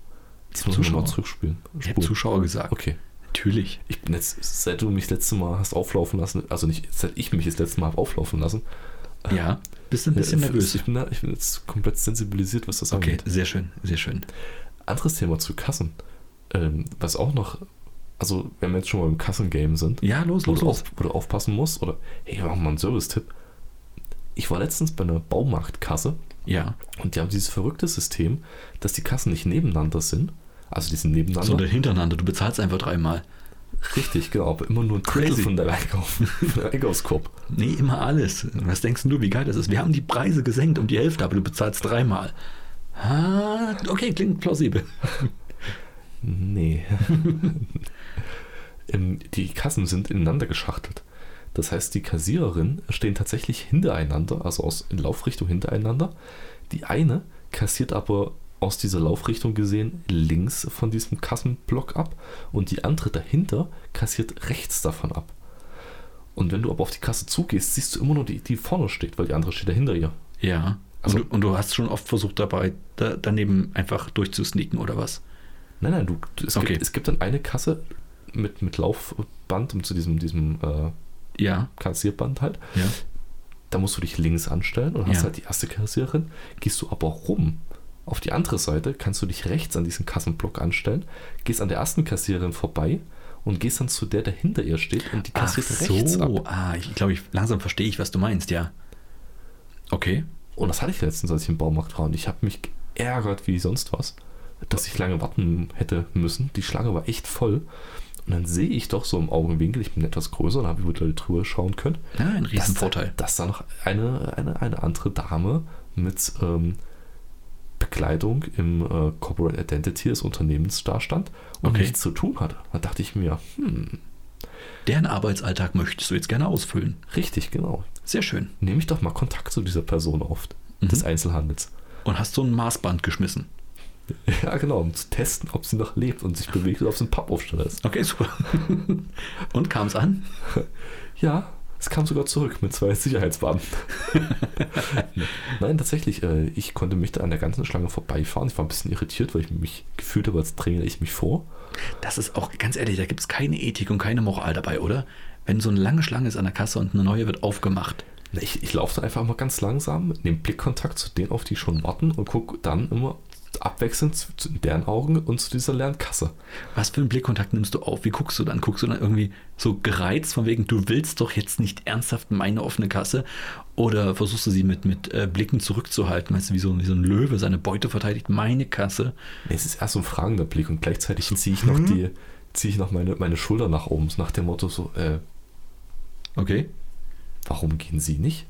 Ich Jetzt hab muss ich nochmal Zuschauer. zurückspielen. Ich habe Spulen. Zuschauer gesagt. Okay. Natürlich. Ich bin jetzt, seit du mich das letzte Mal hast auflaufen lassen, also nicht, seit ich mich das letzte Mal habe auflaufen lassen. Ja. Bist du ein bisschen äh, nervös? Ich bin, da, ich bin jetzt komplett sensibilisiert, was das Okay, angeht. sehr schön, sehr schön. Anderes Thema zu Kassen. Ähm, was auch noch, also wenn wir jetzt schon mal im Kassengame sind, Ja, los, wo, los, du los. auf, wo du aufpassen musst, oder hey, wir machen mal einen Service-Tipp. Ich war letztens bei einer Baumarktkasse Ja. und die haben dieses verrückte System, dass die Kassen nicht nebeneinander sind. Also die sind So nebeneinander. oder hintereinander. Du bezahlst einfach dreimal. Richtig, genau, aber immer nur ein Drittel Crazy. von deinem Einkauf, von deinem Einkaufskorb. Nee, immer alles. Was denkst denn du, wie geil das ist? Wir haben die Preise gesenkt um die Hälfte, aber du bezahlst dreimal. Ah, okay, klingt plausibel. Nee. Ähm, die Kassen sind ineinander geschachtelt. Das heißt, die Kassiererinnen stehen tatsächlich hintereinander, also aus in Laufrichtung hintereinander. Die eine kassiert aber aus dieser Laufrichtung gesehen links von diesem Kassenblock ab und die andere dahinter kassiert rechts davon ab. Und wenn du aber auf die Kasse zugehst, siehst du immer nur die, die vorne steht, weil die andere steht dahinter ihr. Ja. Also- und, du, und du hast schon oft versucht, dabei da, daneben einfach durchzusneaken oder was? Nein, nein, du, du, es, Okay. gibt, es gibt dann eine Kasse mit, mit Laufband und zu diesem, diesem äh, Ja. Kassierband halt. Ja. Da musst du dich links anstellen und hast Ja. halt die erste Kassiererin. Gehst du aber rum auf die andere Seite, kannst du dich rechts an diesen Kassenblock anstellen, gehst an der ersten Kassiererin vorbei und gehst dann zu der, der hinter ihr steht und die Ach kassiert rechts ab. so. Ah, ich glaube, ich, langsam verstehe ich, was du meinst, ja. Okay. Und das hatte ich letztens, als ich im Baumarkt war und ich habe mich geärgert wie sonst was, dass ich lange warten hätte müssen. Die Schlange war echt voll. Und dann sehe ich doch so im Augenwinkel, ich bin etwas größer und habe über die Truhe schauen können, Ja, ein Riesenvorteil. Dass, dass da noch eine, eine, eine andere Dame mit ähm, Bekleidung im äh, Corporate Identity des Unternehmens dastand und Okay. nichts zu tun hatte. Da dachte ich mir, hm, Deren Arbeitsalltag möchtest du jetzt gerne ausfüllen. richtig, genau. Sehr schön. Nehme ich doch mal Kontakt zu dieser Person auf, des Mhm. Einzelhandels. Und hast so ein Maßband geschmissen. Ja, genau, um zu testen, ob sie noch lebt und sich bewegt oder ob sie ein Pappaufsteller ist. Okay, super. und kam es an? Ja, es kam sogar zurück mit zwei Sicherheitsbeamten. Nein, tatsächlich, äh, ich konnte mich da an der ganzen Schlange vorbeifahren. Ich war ein bisschen irritiert, weil ich mich gefühlt habe, als dränge ich mich vor. Das ist auch, ganz ehrlich, da gibt es keine Ethik und keine Moral dabei, oder? Wenn so eine lange Schlange ist an der Kasse und eine neue wird aufgemacht. Na, Ich, ich laufe dann einfach mal ganz langsam, nehme Blickkontakt zu denen, auf die schon warten und gucke dann immer abwechselnd zu, zu deren Augen und zu dieser leeren Kasse. Was für einen Blickkontakt nimmst du auf? Wie guckst du dann? Guckst du dann irgendwie so gereizt von wegen, du willst doch jetzt nicht ernsthaft meine offene Kasse? Oder versuchst du sie mit, mit äh, Blicken zurückzuhalten? Weißt du, wie so, wie so ein Löwe seine Beute verteidigt? Meine Kasse. Nee, Es ist erst so ein fragender Blick und gleichzeitig ziehe ich noch die, ziehe ich noch meine, meine Schulter nach oben, so nach dem Motto so, äh, Okay. warum gehen sie nicht?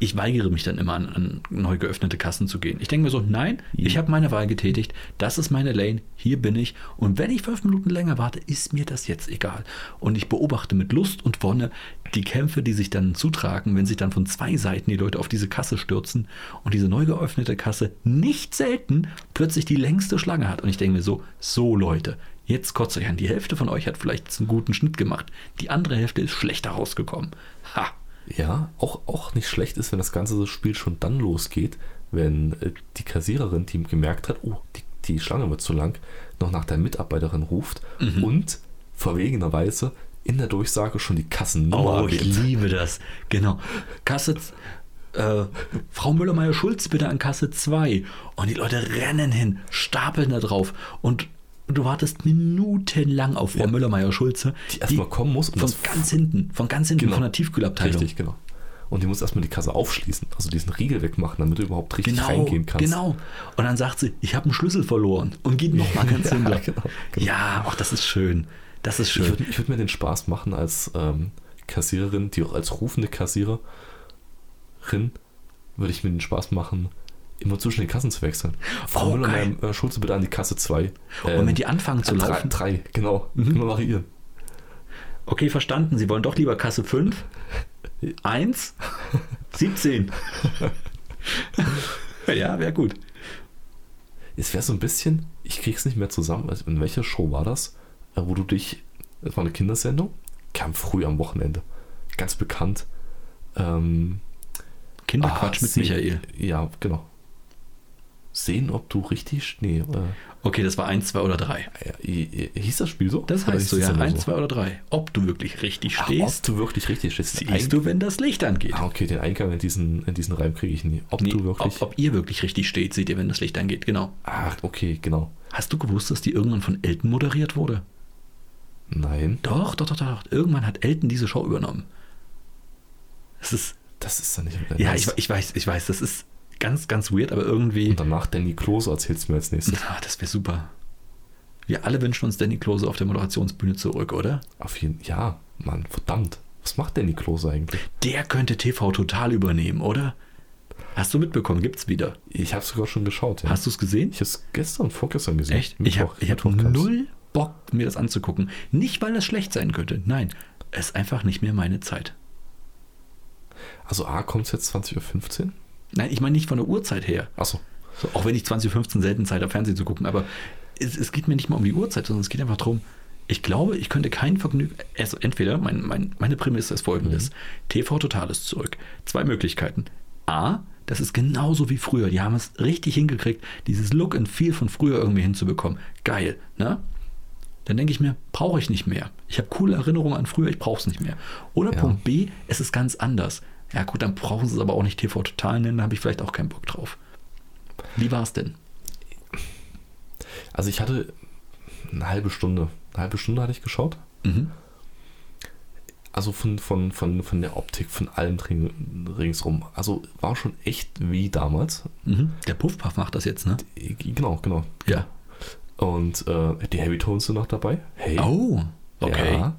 Ich weigere mich dann immer an, an neu geöffnete Kassen zu gehen. Ich denke mir so, nein, ich habe meine Wahl getätigt, das ist meine Lane, hier bin ich. Und wenn ich fünf Minuten länger warte, ist mir das jetzt egal. Und ich beobachte mit Lust und Wonne die Kämpfe, die sich dann zutragen, wenn sich dann von zwei Seiten die Leute auf diese Kasse stürzen und diese neu geöffnete Kasse nicht selten plötzlich die längste Schlange hat. Und ich denke mir so, so Leute, jetzt kotzt euch an. Die Hälfte von euch hat vielleicht einen guten Schnitt gemacht, die andere Hälfte ist schlechter rausgekommen. Ha! Ja, auch, auch nicht schlecht ist, wenn das ganze Spiel schon dann losgeht, wenn äh, die Kassiererin, die gemerkt hat, oh, die, die Schlange wird zu lang, noch nach der Mitarbeiterin ruft Mhm. und verwegenerweise in der Durchsage schon die Kassennummer Oh, ich erwähnt. liebe das. Genau. Kasse. z- Äh, Frau Müller-Meyer-Schulz bitte an Kasse 2. Und die Leute rennen hin, stapeln da drauf. Und du wartest minutenlang auf Frau Müller-Meyer-Schulze. Die erstmal kommen muss und Von das- ganz hinten, von ganz hinten, Genau. von der Tiefkühlabteilung. Richtig, genau. Und die muss erstmal die Kasse aufschließen, also diesen Riegel wegmachen, damit du überhaupt richtig Genau, reingehen kannst. genau. Und dann sagt sie, ich habe einen Schlüssel verloren und geht nochmal ganz Ja, hinter. genau, genau. Ja, ach, das ist schön. Das ist Ich schön. würde ich würd mir den Spaß machen, als ähm, Kassiererin, die auch als rufende Kassiererin, würde ich mir den Spaß machen, immer zwischen den Kassen zu wechseln. Oh, geil. Müller, äh, Schulze bitte an die Kasse 2. Und wenn die anfangen zu laufen? Mhm. Drei, drei genau. Immer variieren. Okay, verstanden. Sie wollen doch lieber Kasse 5. 1, 17. ja, wäre gut. Es wäre so ein bisschen, ich krieg's nicht mehr zusammen. Also in welcher Show war das, äh, wo du dich, das war eine Kindersendung, kam früh am Wochenende, ganz bekannt. Ähm, Kinderquatsch Ah, mit sehen- Michael. Ja, genau. Sehen, ob du richtig. Nee. Äh, Okay, das war eins, zwei oder drei. äh, hieß das Spiel so? Das Oder heißt so, hieß ja, das immer eins, zwei oder drei. Ob du wirklich richtig Ach, stehst, ob du wirklich richtig stehst. siehst du, wenn das Licht angeht. Ah, okay, den Eingang in diesen, in diesen Reim kriege ich nie. Ob Nee, du wirklich. ob, ob ihr wirklich richtig steht, seht ihr, wenn das Licht angeht, genau. Ach, okay, genau. Hast du gewusst, dass die irgendwann von Elton moderiert wurde? Nein, Doch, doch, doch, doch. doch. Irgendwann hat Elton diese Show übernommen. Es ist, das ist dann nicht. ja, ich, ich weiß, ich weiß, das ist ganz, ganz weird, aber irgendwie, Und danach Danny Klose erzählst du mir als nächstes. ah, das wäre super. Wir alle wünschen uns Danny Klose auf der Moderationsbühne zurück, oder? Auf jeden Ja, Mann, verdammt. Was macht Danny Klose eigentlich? Der könnte TV total übernehmen, oder? Hast du mitbekommen, gibt's wieder. Ich habe sogar schon geschaut. Ja. Hast du es gesehen? ich habe es gestern, vorgestern gesehen. Echt? Ich habe ich hab Mittwoch kam's. null Bock, mir das anzugucken. Nicht, weil das schlecht sein könnte. Nein, es ist einfach nicht mehr meine Zeit. Also A kommt jetzt 20.15 Uhr. Nein, ich meine nicht von der Uhrzeit her. Achso. So, auch wenn ich 20.15 Uhr selten Zeit habe, Fernsehen zu gucken, aber es, es geht mir nicht mal um die Uhrzeit, sondern es geht einfach darum, ich glaube, ich könnte kein Vergnügen. Also entweder, mein, mein, meine Prämisse ist folgendes: TV Total ist zurück. Zwei Möglichkeiten. A, das ist genauso wie früher. Die haben es richtig hingekriegt, dieses Look and Feel von früher irgendwie hinzubekommen. Geil, ne? Dann denke ich mir, brauche ich nicht mehr. Ich habe coole Erinnerungen an früher, ich brauche es nicht mehr. Oder Ja. Punkt B, es ist ganz anders. Ja gut, dann brauchen sie es aber auch nicht TV Total nennen, da habe ich vielleicht auch keinen Bock drauf. Wie war es denn? Also ich hatte eine halbe Stunde. Eine halbe Stunde hatte ich geschaut. Mhm. Also von, von, von, von der Optik, von allem dring- ringsrum. Also war schon echt wie damals. Mhm. Der Puffpuff macht das jetzt, ne? Genau, genau. Ja. Und äh, die Heavy Tones sind noch dabei. Hey. Oh, okay. Ja.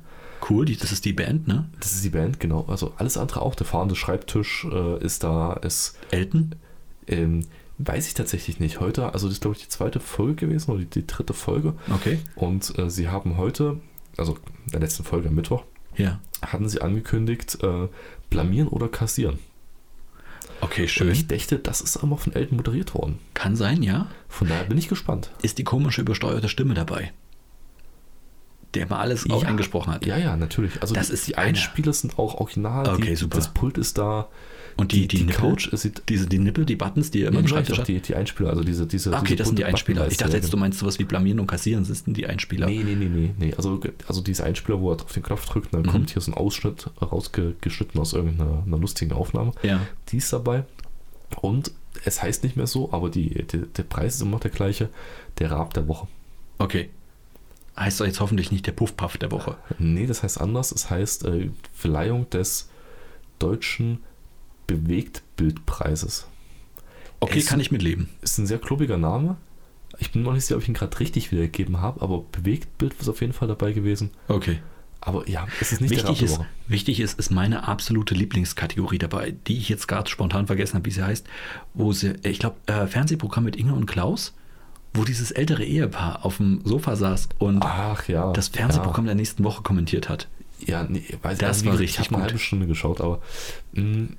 Cool, die, das ist die Band, ne? Das ist die Band, genau. Also alles andere auch. Der fahrende Schreibtisch äh, ist da. Ist, Elton? ähm, weiß ich tatsächlich nicht. Heute, also das ist glaube ich die zweite Folge gewesen oder die, die dritte Folge. Okay. Und äh, sie haben heute, also in der letzten Folge am Mittwoch, Ja. hatten sie angekündigt, äh, blamieren oder kassieren. Okay, Und schön. ich dachte, das ist aber von Elton moderiert worden. Kann sein, ja. Von daher bin ich gespannt. Ist die komische übersteuerte Stimme dabei, der mal alles auch Ja. eingesprochen hat. Ja, ja, natürlich. Also Das die, ist die einer. Einspieler sind auch original. Okay, die, super. Das Pult ist da. Und die, die, die, Nippel? Couch ist sieht Diese, die Nippel, die Buttons, die er immer Ja, im genau, ich Schreibtisch dachte, hat. die, die Einspieler, also diese, diese Ah, okay, diese das sind die bunte Einspieler. Ich dachte Buttonleiste, jetzt, du meinst sowas wie Blamieren und Kassieren, das sind die Einspieler. genau. Nee, nee, nee, nee, nee. Also, also diese Einspieler, wo er auf den Knopf drückt, Mhm. dann kommt hier so ein Ausschnitt rausgeschnitten aus irgendeiner einer lustigen Aufnahme. Ja. Die ist dabei. Und es heißt nicht mehr so, aber die, die, der Preis ist immer noch der gleiche. Der Rab der Woche. Okay. Heißt doch jetzt hoffentlich nicht der Puffpuff der Woche. Nee, das heißt anders. Es heißt äh, Verleihung des deutschen Bewegtbildpreises. Okay, Es- kann ich mitleben. Ist ein sehr klobiger Name. Ich bin mir noch nicht sicher, ob ich ihn gerade richtig wiedergegeben habe, aber Bewegtbild ist auf jeden Fall dabei gewesen. Okay. Aber ja, es ist nicht der Rat wichtig, der ist, Woche. wichtig ist, ist meine absolute Lieblingskategorie dabei, die ich jetzt gerade spontan vergessen habe, wie sie heißt, wo sie, ich glaube, äh, Fernsehprogramm mit Inge und Klaus, wo dieses ältere Ehepaar auf dem Sofa saß und Ach Ah, ja. das Fernsehprogramm der nächsten Woche kommentiert hat. Ja, ja nee, weiß Das also, wie war gesagt, richtig Ich habe eine gut. halbe Stunde geschaut, aber mh,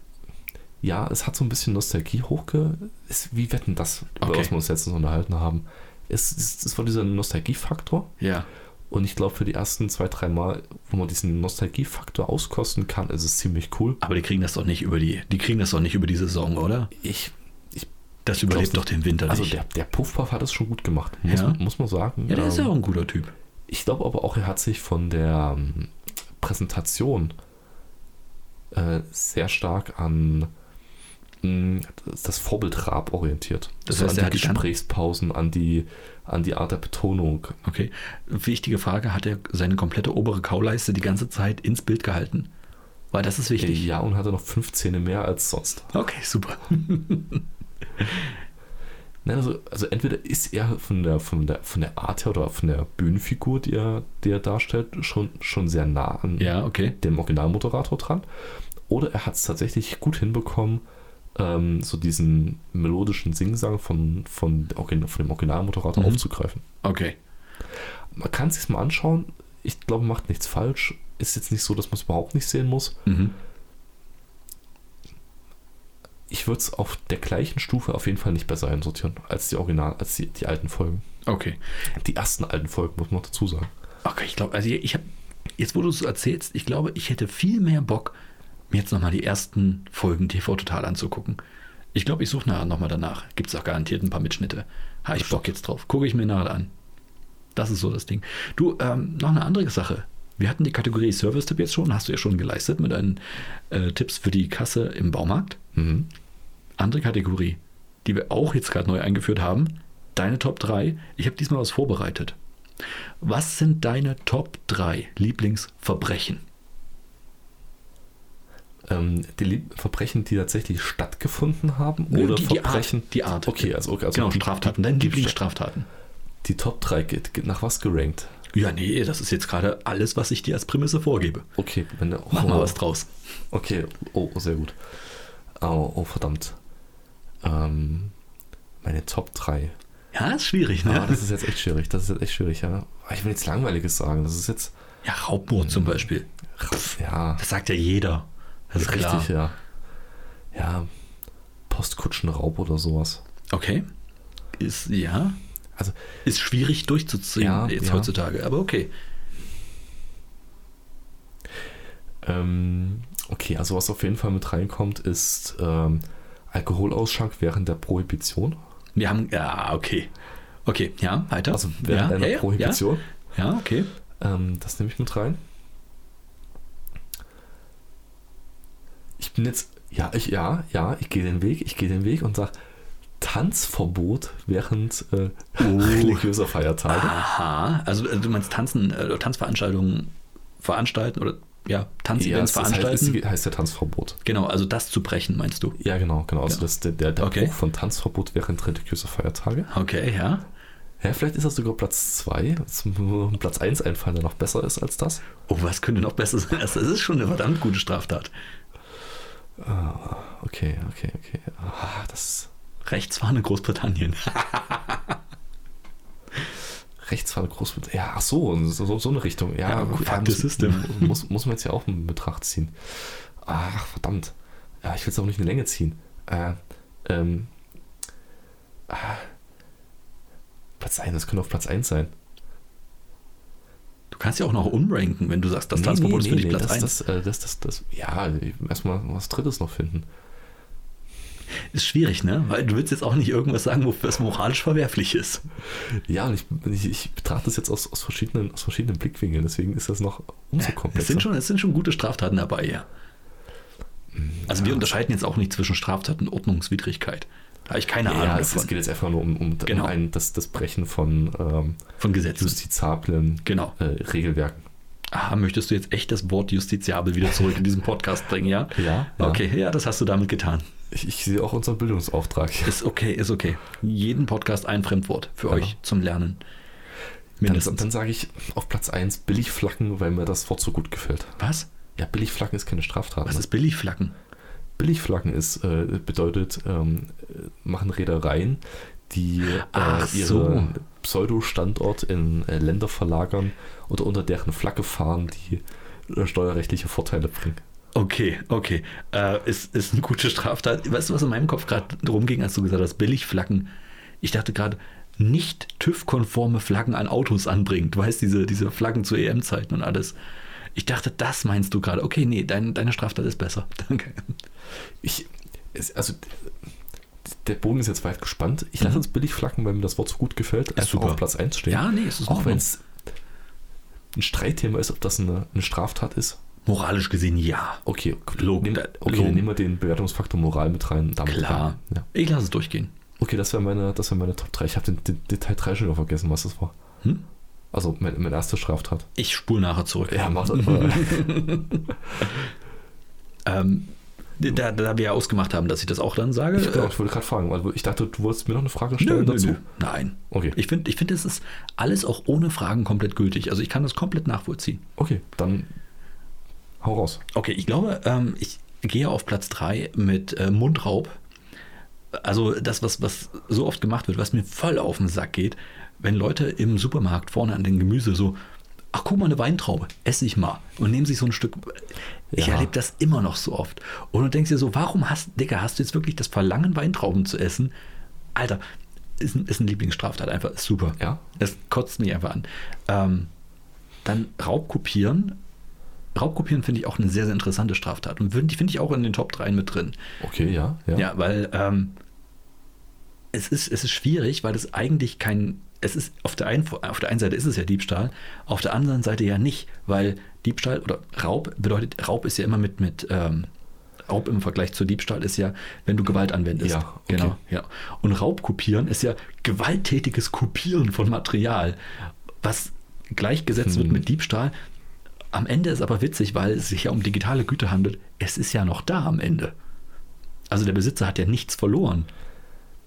ja, es hat so ein bisschen Nostalgie hochge. Ist, wie wetten das, über Okay. was wir uns letztens unterhalten haben? Es, es, es war dieser Nostalgiefaktor. Ja. Und ich glaube, für die ersten zwei, drei Mal, wo man diesen Nostalgiefaktor auskosten kann, ist es ziemlich cool. Aber die kriegen das doch nicht über die, die kriegen das doch nicht über die Saison, oder? Ich, ich Das überlebt Glaubst du- doch den Winter also nicht. der, der Puffpuff hat es schon gut gemacht, muss, Ja. muss man sagen. ja, der ist Ähm, ja auch ein guter Typ. Ich glaube aber auch, er hat sich von der ähm, Präsentation äh, sehr stark an mh, das Vorbild Raab orientiert. Das also heißt, er an hat die sich an- Gesprächspausen, an die, an die Art der Betonung. Okay. Wichtige Frage, hat er seine komplette obere Kauleiste die ganze Zeit ins Bild gehalten? Weil das ist wichtig. Ja, und hatte noch fünf Zähne mehr als sonst. Okay, super. Nein, also, also entweder ist er von der, von, der, von der Art her oder von der Bühnenfigur, die er, die er darstellt, schon, schon sehr nah an Ja, okay. dem Originalmoderator dran. Oder er hat es tatsächlich gut hinbekommen, ähm, so diesen melodischen Singsang von, von, der Origin- von dem Originalmoderator Mhm. aufzugreifen. Okay. Man kann es sich mal anschauen. Ich glaube, macht nichts falsch. Ist jetzt nicht so, dass man es überhaupt nicht sehen muss. Mhm. Ich würde es auf der gleichen Stufe auf jeden Fall nicht besser einsortieren als die Original, als die, die alten Folgen. Okay. Die ersten alten Folgen, muss man noch dazu sagen. Okay, ich glaube, also ich habe, jetzt wo du es erzählst, ich glaube, ich hätte viel mehr Bock, mir jetzt nochmal die ersten Folgen TV Total anzugucken. Ich glaube, ich suche nachher nochmal danach. Gibt es auch garantiert ein paar Mitschnitte. Ha, ich Bock jetzt drauf. Gucke ich mir nachher an. Das ist so das Ding. Du, ähm, noch eine andere Sache. Wir hatten die Kategorie Service-Tipp jetzt schon, hast du ja schon geleistet mit deinen äh, Tipps für die Kasse im Baumarkt. Mhm. Andere Kategorie, die wir auch jetzt gerade neu eingeführt haben, deine Top 3. Ich habe diesmal was vorbereitet. Was sind deine Top 3 Lieblingsverbrechen? Ähm, die Lieb- Verbrechen, die tatsächlich stattgefunden haben Nö, oder die- die Art, Verbrechen. die Art. Okay, also, okay, also genau, die, Straftaten, die- deine die- Lieblingsstraftaten. Die Top 3 geht, geht nach was gerankt? Ja, nee, das ist jetzt gerade alles, was ich dir als Prämisse vorgebe. Okay, wenn der. Mach mal oh, was draus. Okay, oh, sehr gut. Oh, oh verdammt. Ähm, meine Top 3. Ja, ist schwierig, ne? Ah, das ist jetzt echt schwierig. Das ist jetzt echt schwierig, ja. Ah, Ich will jetzt Langweiliges sagen. Das ist jetzt. ja, Raubmord zum Beispiel. Ja. Das sagt ja jeder. Das ist klar. richtig, ja. Ja. Postkutschenraub oder sowas. Okay. Ist, ja, Also, ist schwierig durchzuziehen Ja, jetzt ja. heutzutage, aber okay. ähm, okay, also was auf jeden Fall mit reinkommt, ist ähm, Alkoholausschank während der Prohibition. Wir haben, ja, okay. Okay, ja, weiter. Also ja, während einer ja, Prohibition. Ja, ja, okay. Ähm, das nehme ich mit rein. Ich bin jetzt, ja, ich, ja, ja, ich gehe den Weg, ich gehe den Weg und sage Tanzverbot während äh, religiöser Feiertage. Aha, also äh, du meinst Tanzen, äh, Tanzveranstaltungen veranstalten oder ja, halt, ja, Tanzevents Also das heißt, veranstalten. ist, heißt ja Tanzverbot. genau, also das zu brechen, meinst du? Ja, genau, genau. Also Ja. das, der, der, der Okay. Bruch von Tanzverbot während religiöser Feiertage. Okay, ja. Ja, vielleicht ist das sogar Platz 2. Platz 1 einfallen, der noch besser ist als das. Oh, was könnte noch besser sein? Das ist schon eine verdammt gute Straftat. Okay, okay, okay. Ah, das Rechtsfahne Großbritannien. Rechtsfall groß mit. Ja, ach so, so, so eine Richtung. Ja, Ja, fuck gut, ja, the muss, system. Muss, muss man jetzt ja auch in Betracht ziehen. Ach, verdammt. Ja, ich will es auch nicht in die Länge ziehen. Äh, ähm, ah, Platz 1, das könnte auf Platz 1 sein. Du kannst ja auch noch umranken, wenn du sagst, das Nee, Tanzverbot nee, ist für nee, dich Platz das, 1. Das, äh, das, das, das, ja, erstmal was Drittes noch finden. Ist schwierig, ne? Weil du willst jetzt auch nicht irgendwas sagen, wo- was moralisch verwerflich ist. Ja, und ich, ich, ich betrachte das jetzt aus, aus, verschiedenen, aus verschiedenen Blickwinkeln, deswegen ist das noch umso Äh, Es komplexer. sind, schon, es sind schon gute Straftaten dabei, ja. Also wir unterscheiden jetzt auch nicht zwischen Straftaten und Ordnungswidrigkeit. Da habe ich keine ja, Ahnung ja, es, es davon. geht jetzt einfach nur um, um, Genau. um ein, das, das Brechen von ähm, Von Gesetzen. justizablen Genau. äh, Regelwerken. Ah, möchtest du jetzt echt das Wort justiziabel wieder zurück in diesem Podcast bringen, ja? Ja, ja. Okay, ja, das hast du damit getan. Ich, ich sehe auch unseren Bildungsauftrag. Ist okay, ist okay. Jeden Podcast ein Fremdwort für euch zum Lernen. Dann, Mindestens. dann sage ich auf Platz 1 Billigflacken, weil mir das Wort so gut gefällt. Was? Ja, Billigflacken ist keine Straftat. Was ne? ist Billigflacken? Billigflacken ist, äh, bedeutet, ähm, äh, machen Reedereien, die äh, Ach ihren so. Pseudo-Standort in äh, Länder verlagern oder unter deren Flagge fahren, die äh, steuerrechtliche Vorteile bringen. Okay, okay. Äh, ist, ist eine gute Straftat. Weißt du, was in meinem Kopf gerade rumging, als du gesagt hast, Billigflacken? Ich dachte gerade, nicht TÜV-konforme Flaggen an Autos anbringt. Du weißt, diese, diese Flaggen zu EM-Zeiten und alles. Ich dachte, das meinst du gerade. Okay, nee, dein, deine Straftat ist besser. Danke. Ich, es, also, d- der Boden ist jetzt weit gespannt. Ich lasse Mhm. uns Billigflacken, weil mir das Wort so gut gefällt, einfach super. auf Platz 1 stehen. Ja, nee, es ist in Auch Ordnung. wenn es ein Streitthema ist, ob das eine, eine Straftat ist. Moralisch gesehen ja. Okay, gut. Logen, Nehm, da- okay Logen. dann nehmen wir den Bewertungsfaktor Moral mit rein. Damit Klar. rein. Ja. Ich lasse es durchgehen. Okay, das wäre meine, das wär meine Top 3. Ich habe den, den Detail 3 schon wieder vergessen, was das war. Hm? Also mein, meine erste Straftat. Ich spule nachher zurück. Ja, mach das mal. Ähm, da, da wir ja ausgemacht haben, dass ich das auch dann sage. ich, glaub, äh, ich wollte gerade fragen, weil ich dachte, du wolltest mir noch eine Frage stellen dazu. Nein. Okay. Ich finde, ich find, es ist alles auch ohne Fragen komplett gültig. Also ich kann das komplett nachvollziehen. Okay, dann hau raus. Okay, ich glaube, ähm, ich gehe auf Platz 3 mit äh, Mundraub. Also das, was, was so oft gemacht wird, was mir voll auf den Sack geht, wenn Leute im Supermarkt vorne an den Gemüse so, ach guck mal, eine Weintraube, esse ich mal und nehmen sich so ein Stück. äh, Ich Ja. erlebe das immer noch so oft. Und du denkst dir so, warum hast, Digga, hast du jetzt wirklich das Verlangen, Weintrauben zu essen? Alter, ist, ein- ist ein Lieblingsstraftat einfach, ist super. Ja. Es kotzt mich einfach an. Ähm, dann Raubkopieren Raubkopieren finde ich auch eine sehr, sehr interessante Straftat. Und würd- die finde ich auch in den Top 3 mit drin. Okay, ja, ja. Ja, weil ähm, es, ist, es ist schwierig, weil das eigentlich kein. Es ist auf der, einen, auf der einen Seite ist es ja Diebstahl, auf der anderen Seite ja nicht, weil Diebstahl oder Raub bedeutet, Raub ist ja immer mit, mit ähm, Raub im Vergleich zu Diebstahl ist ja, wenn du Gewalt anwendest. Ja, okay. genau. Ja. Und Raubkopieren ist ja gewalttätiges Kopieren von Material, was gleichgesetzt wird mit Diebstahl. Am Ende ist aber witzig, weil es sich ja um digitale Güter handelt. Es ist ja noch da am Ende. Also der Besitzer hat ja nichts verloren.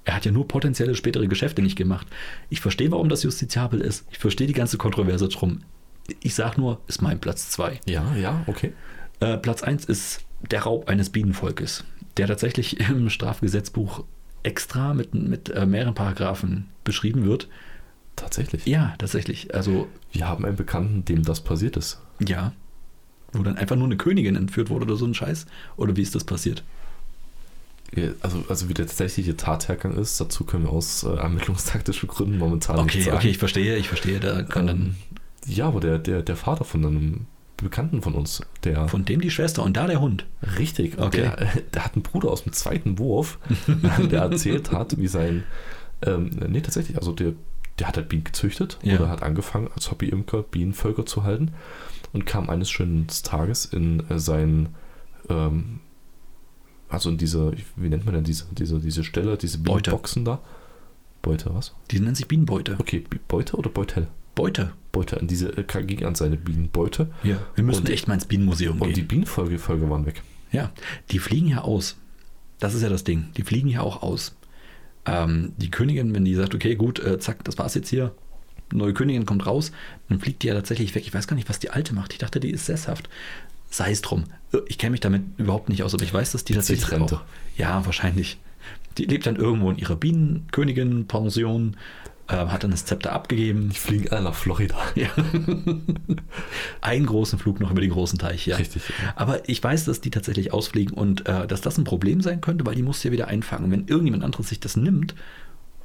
Er hat ja nur potenzielle spätere Geschäfte nicht gemacht. Ich verstehe, warum das justiziabel ist. Ich verstehe die ganze Kontroverse drum. Ich sage nur, ist mein Platz 2. Ja, ja, okay. Äh, Platz 1 ist der Raub eines Bienenvolkes, der tatsächlich im Strafgesetzbuch extra mit, mit äh, mehreren Paragraphen beschrieben wird. Tatsächlich. Ja, tatsächlich. Also, Wir haben einen Bekannten, dem das passiert ist. ja. Wo dann einfach nur eine Königin entführt wurde oder so ein Scheiß. Oder wie ist das passiert? Ja, Also, also wie der tatsächliche Tathergang ist, dazu können wir aus äh, ermittlungstaktischen Gründen momentan Okay, nicht sagen. Ähm, okay, ich verstehe, ich verstehe. Da kann dann Ja, aber der, der, der Vater von einem Bekannten von uns, der von dem die Schwester und da der Hund. Richtig. Und Okay. Der, äh, der hat einen Bruder aus dem zweiten Wurf, der erzählt hat, wie sein. Ähm, nee, tatsächlich. Also der, der hat halt Bienen gezüchtet Ja. oder hat angefangen, als Hobbyimker Bienenvölker zu halten und kam eines schönen Tages in äh, sein. Ähm, also in diese, wie nennt man denn diese, diese, diese Stelle, diese Beute. Bienenboxen da? Beute, was? Die nennt sich Bienenbeute. Okay, Bi- Beute oder Beutel? Beute. Beute, an diese, äh, ging an seine Bienenbeute. Ja. Wir müssen Und- echt mal ins Bienenmuseum Und die gehen. Bienenfolge Folge waren weg. ja, die fliegen ja aus. Das ist ja das Ding. Die fliegen ja auch aus. Ähm, die Königin, wenn die sagt, okay, gut, äh, zack, das war's jetzt hier. Neue Königin kommt raus, dann fliegt die ja tatsächlich weg. Ich weiß gar nicht, was die alte macht. Ich dachte, die ist sesshaft. Sei es drum. Äh, Ich kenne mich damit überhaupt nicht aus, aber ich weiß, dass die zieht tatsächlich Rente. auch. Ja, wahrscheinlich. Die lebt dann irgendwo in ihrer Bienenkönigin-Pension, äh, hat dann das Zepter abgegeben. Die fliegen alle nach Florida. Ja. Einen großen Flug noch über den großen Teich, ja. Richtig. Aber ich weiß, dass die tatsächlich ausfliegen und äh, dass das ein Problem sein könnte, weil die muss ja wieder einfangen. Wenn irgendjemand anderes sich das nimmt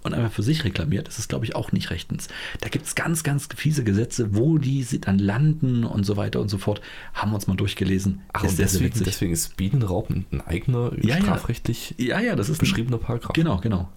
und einfach für sich reklamiert, ist es, glaube ich, auch nicht rechtens. Da gibt es ganz, ganz fiese Gesetze, wo die sie dann landen und so weiter und so fort. Haben wir uns mal durchgelesen. Ach, und deswegen, deswegen ist Bienenraub ein ein eigener, Ja, ja. strafrechtlich ja, ja, das ist ein- beschriebener Paragraph. Genau, genau.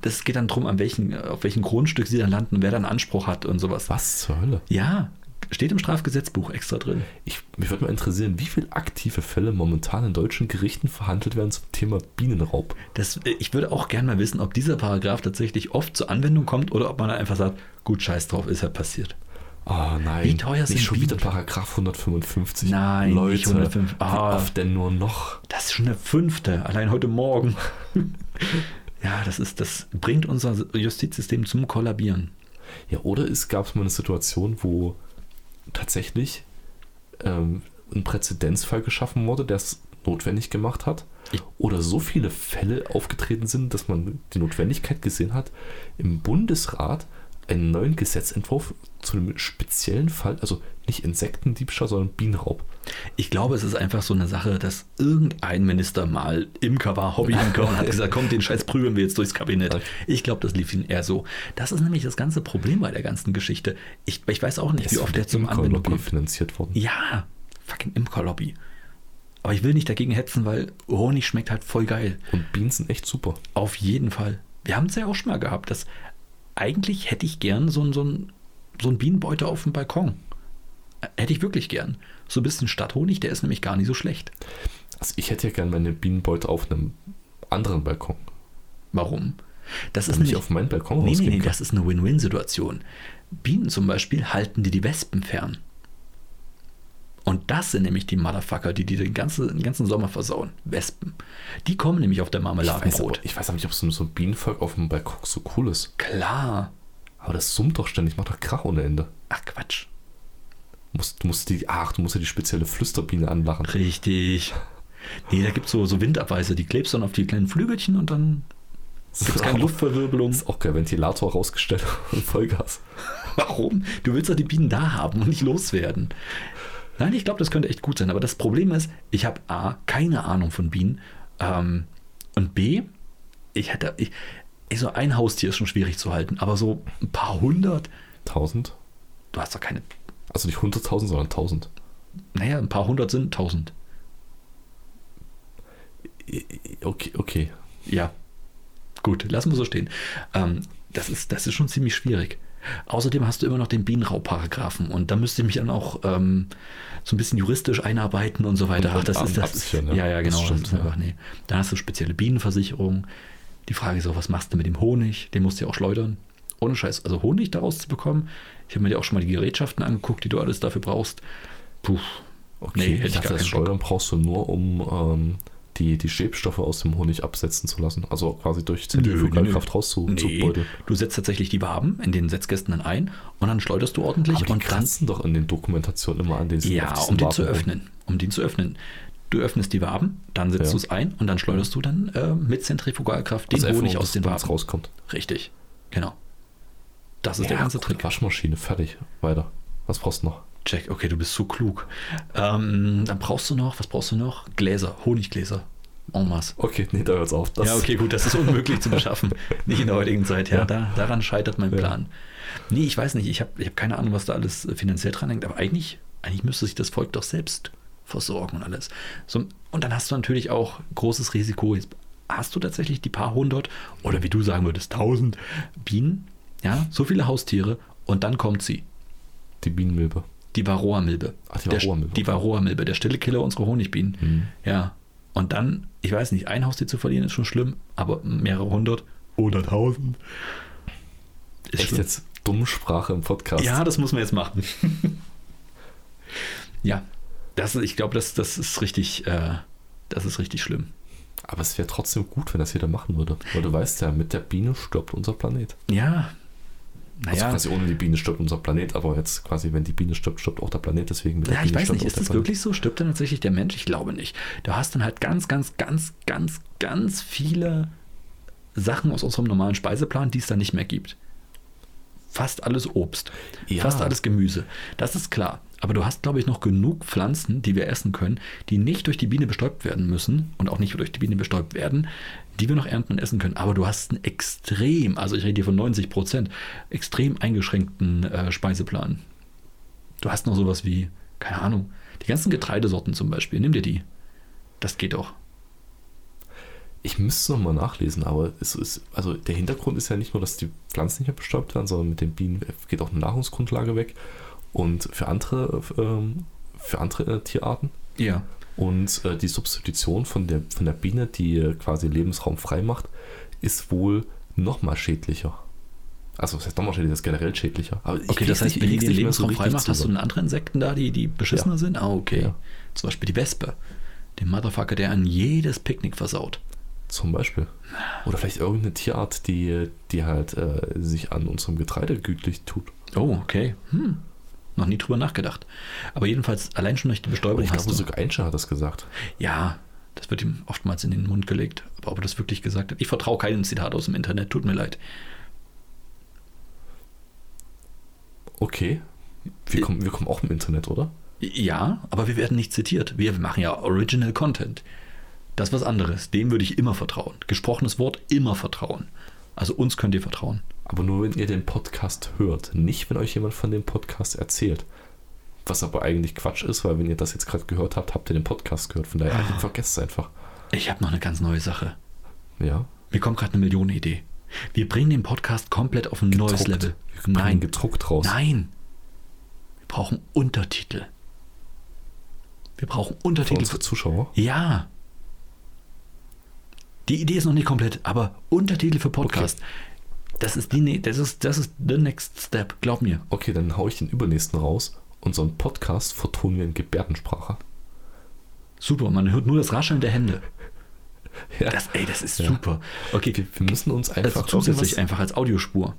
Das geht dann drum, an welchen, auf welchem Grundstück sie dann landen, wer dann Anspruch hat und sowas. Was zur Hölle? Ja, steht im Strafgesetzbuch extra drin. Ich, mich würde mal interessieren, wie viele aktive Fälle momentan in deutschen Gerichten verhandelt werden zum Thema Bienenraub. Das, ich würde auch gerne mal wissen, ob dieser Paragraph tatsächlich oft zur Anwendung kommt oder ob man dann einfach sagt, gut, scheiß drauf, ist ja passiert. Ah nein. Wie teuer Nicht sind schon Bienen? wieder Paragraph 155. Nein, Leute, nicht 105. Ah. Wie oft denn nur noch? Das ist schon der fünfte, allein heute Morgen. ja, das ist, das bringt unser Justizsystem zum Kollabieren. Ja, oder es gab mal eine Situation, wo tatsächlich ähm, ein Präzedenzfall geschaffen wurde, der es notwendig gemacht hat. Ich- Oder so viele Fälle aufgetreten sind, dass man die Notwendigkeit gesehen hat, im Bundesrat einen neuen Gesetzentwurf zu einem speziellen Fall, also nicht Insektendiebstahl, sondern Bienenraub. Ich glaube, es ist einfach so eine Sache, dass irgendein Minister mal Imker war, Hobbyimker und hat gesagt, komm, den Scheiß prügeln wir jetzt durchs Kabinett. Ich glaube, das lief ihnen eher so. Das ist nämlich das ganze Problem bei der ganzen Geschichte. Ich, ich weiß auch nicht, wie ist oft von der zum Imker-Lobby Anwendung kommt. finanziert worden. Ja, fucking Imkerlobby. Aber ich will nicht dagegen hetzen, weil Honig schmeckt halt voll geil. Und Bienen sind echt super. Auf jeden Fall. Wir haben es ja auch schon mal gehabt, dass eigentlich hätte ich gern so ein, so ein, so ein Bienenbeutel auf dem Balkon. Äh, Hätte ich wirklich gern. So ein bisschen Stadthonig, der ist nämlich gar nicht so schlecht. Also ich hätte ja gerne meine Bienenbeute auf einem anderen Balkon. Warum? Das ist Damit ich nämlich auf meinen Balkon Nee, nee, rausgehen nee, kann. das ist eine Win-Win-Situation. Bienen zum Beispiel halten dir die Wespen fern. Und das sind nämlich die Motherfucker, die dir den ganzen, den ganzen Sommer versauen. Wespen. Die kommen nämlich auf der Ich weiß, aber, Marmeladenbrot. ich weiß aber nicht, ob so so ein Bienenvolk auf dem Balkon so cool ist. Klar. Aber das summt doch ständig, macht doch Krach ohne Ende. Ach Quatsch. Du musst, du musst die, ach, du musst ja die spezielle Flüsterbiene anlachen. Richtig. Nee, da gibt es so, so Windabweise, die klebst dann auf die kleinen Flügelchen und dann Das gibt es ist keine auch, Luftverwirbelung. ist auch geil, Ventilator rausgestellt und Vollgas. Warum? Du willst doch die Bienen da haben und nicht loswerden. Nein, ich glaube, das könnte echt gut sein. Aber das Problem ist, ich habe A, keine Ahnung von Bienen. Ähm, und B, ich hätte. Ich, ey, so ein Haustier ist schon schwierig zu halten, aber so ein paar hundert, 1000? du hast doch keine. Also nicht 100.000, sondern 1000. Naja, ein paar hundert sind tausend. Okay, okay. Ja. Gut, lassen wir so stehen. Ähm, das, ist, das ist schon ziemlich schwierig. Außerdem hast du immer noch den Bienenraubparagraphen und da müsste ich mich dann auch ähm, so ein bisschen juristisch einarbeiten und so weiter. Und- Ach, das und ist das. absichern, ne? ja, ja, Das genau. Das stimmt, ist einfach, nee. Dann hast du spezielle Bienenversicherung. Die Frage ist auch, was machst du mit dem Honig? Den musst du ja auch schleudern. Ohne Scheiß. Also Honig daraus zu bekommen. Ich habe mir ja auch schon mal die Gerätschaften angeguckt, die du alles dafür brauchst. Puh. Okay, hätte ich dachte, das Bock. Schleudern brauchst du nur, um ähm, die, die Schwebstoffe aus dem Honig absetzen zu lassen. Also quasi durch Zentrifugalkraft Nee, rauszubeuteln. du setzt tatsächlich die Waben in den Setzgästen dann ein und dann schleuderst du ordentlich Aber die und dann kratzen doch in den Dokumentationen immer an den Ja, auf diesen um den zu Waben rum. öffnen. Um den zu öffnen. Du öffnest die Waben, dann setzt Ja. du es ein und dann schleuderst du dann äh, mit Zentrifugalkraft den Also einfach, Honig um aus das- den damit's Waben. rauskommt. Richtig. Genau. Das ist Ja, der ganze gut, Trick. Waschmaschine, fertig. Weiter. Was brauchst du noch? Jack, okay, du bist so klug. Ähm, dann brauchst du noch, was brauchst du noch? Gläser, Honiggläser. En masse. Okay, nee, da hört's auf. Das, ja, okay, gut, das ist unmöglich zu beschaffen. Nicht in der heutigen Zeit, ja. Da, daran scheitert mein Ja. Plan. Nee, ich weiß nicht, ich habe ich hab keine Ahnung, was da alles äh, finanziell dran hängt, aber eigentlich, eigentlich müsste sich das Volk doch selbst versorgen und alles. So, und dann hast du natürlich auch großes Risiko. Jetzt hast du tatsächlich die paar hundert oder wie du sagen würdest, tausend Bienen, ja, so viele Haustiere und dann kommt sie. Die Bienenmilbe. Die Varroa-Milbe. Ach, die Der- Varroa-Milbe. Die Varroa-Milbe, der stille Killer unserer Honigbienen. Mhm. Ja. Und dann, ich weiß nicht, ein Haustier zu verlieren ist schon schlimm, aber mehrere hundert oder tausend ist Echt schlimm. jetzt dumme Sprache im Podcast. Ja, das muss man jetzt machen. ja. Das, ist- ich glaube, das, das ist richtig, äh, das ist richtig schlimm. Aber es wäre trotzdem gut, wenn das jeder machen würde. Weil du weißt ja, mit der Biene stirbt unser Planet. Ja. Also Naja. quasi ohne die Biene stirbt unser Planet, aber jetzt quasi, wenn die Biene stirbt, stirbt auch der Planet, deswegen mit der Ja, Biene ich weiß stirbt nicht, auch ist der das Planet. wirklich so? Stirbt dann tatsächlich der Mensch? Ich glaube nicht. Du hast dann halt ganz, ganz, ganz, ganz, ganz viele Sachen aus unserem normalen Speiseplan, die es dann nicht mehr gibt. Fast alles Obst, Ja. fast alles Gemüse. Das ist klar. Aber du hast, glaube ich, noch genug Pflanzen, die wir essen können, die nicht durch die Biene bestäubt werden müssen und auch nicht durch die Biene bestäubt werden, die wir noch ernten und essen können. Aber du hast einen extrem, also ich rede hier von 90 Prozent, extrem eingeschränkten äh, Speiseplan. Du hast noch sowas wie, keine Ahnung, die ganzen Getreidesorten zum Beispiel. Nimm dir die. Das geht doch. Ich müsste nochmal nachlesen, aber es ist, also der Hintergrund ist ja nicht nur, dass die Pflanzen nicht mehr bestäubt werden, sondern mit den Bienen geht auch eine Nahrungsgrundlage weg. Und für andere, ähm, für andere äh, Tierarten. Ja. Und äh, die Substitution von der, von der Biene, die äh, quasi Lebensraum frei macht, ist wohl nochmal schädlicher. Also, was heißt nochmal schädlicher? Das ist generell schädlicher. Aber ich Okay, krieg's das heißt, nicht- wenn ich die krieg's den nicht mehr so Lebensraum frei richtig macht, hast du zusammen. dann andere Insekten da, die, die beschissener sind? Ah, okay. Ja. Zum Beispiel die Wespe. Den Motherfucker, der an jedes Picknick versaut. Zum Beispiel. Oder vielleicht irgendeine Tierart, die, die halt äh, sich an unserem Getreide gütlich tut. Oh, okay. Hm. Noch nie drüber nachgedacht. Aber jedenfalls, allein schon durch die Aber Bestäubung Oh, ich hast glaube, du. sogar Einscher hat das gesagt. Ja, das wird ihm oftmals in den Mund gelegt. Aber ob er das wirklich gesagt hat, ich vertraue keinem Zitat aus dem Internet. Tut mir leid. Okay. Ich- Wir kommen, wir kommen auch im Internet, oder? Ja, aber wir werden nicht zitiert. Wir machen ja Original Content. Das ist was anderes. Dem würde ich immer vertrauen. Gesprochenes Wort immer vertrauen. Also uns könnt ihr vertrauen. Aber nur, wenn ihr den Podcast hört. Nicht, wenn euch jemand von dem Podcast erzählt. Was aber eigentlich Quatsch ist, weil wenn ihr das jetzt gerade gehört habt, habt ihr den Podcast gehört. Von daher Ah. vergesst es einfach. Ich habe noch eine ganz neue Sache. Ja. Mir kommt gerade eine Millionenidee. Wir bringen den Podcast komplett auf ein neues Gedruckt. Level. Wir bringen Nein, gedruckt raus. nein. Wir brauchen Untertitel. Wir brauchen Für Untertitel. unsere Zuschauer. Ja. Die Idee ist noch nicht komplett, aber Untertitel für Podcast. Das ist die, ne- das ist, das ist the next step, glaub mir. Okay, dann hau ich den übernächsten raus. Unseren Podcast vertonen wir in Gebärdensprache. Super, man hört nur das Rascheln der Hände. Ja. Das, ey, das ist Ja. super. Okay, Wir, wir müssen uns also einfach zusätzlich irgendwas- einfach als Audiospur.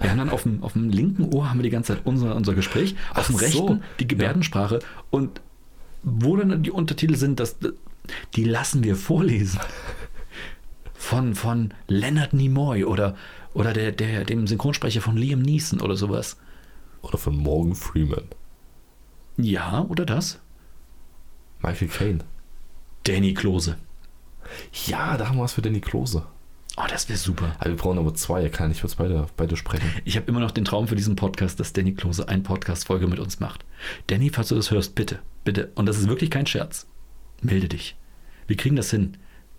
Wir haben dann auf dem, auf dem linken Ohr haben wir die ganze Zeit unser, unser Gespräch, auf Ach dem so. rechten die Gebärdensprache und wo dann die Untertitel sind, das, die lassen wir vorlesen. Von, von Leonard Nimoy oder, oder der, der, dem Synchronsprecher von Liam Neeson oder sowas. oder von Morgan Freeman. Ja, oder das? Michael Caine. Danny Klose. Ja, da haben wir was für Danny Klose. Oh, das wäre super. Aber wir brauchen aber zwei, er kann nicht für uns beide, beide sprechen. Ich habe immer noch den Traum für diesen Podcast, dass Danny Klose eine Podcast-Folge mit uns macht. Danny, falls du das hörst, bitte. Bitte, und das ist wirklich kein Scherz. Melde dich. Wir kriegen das hin.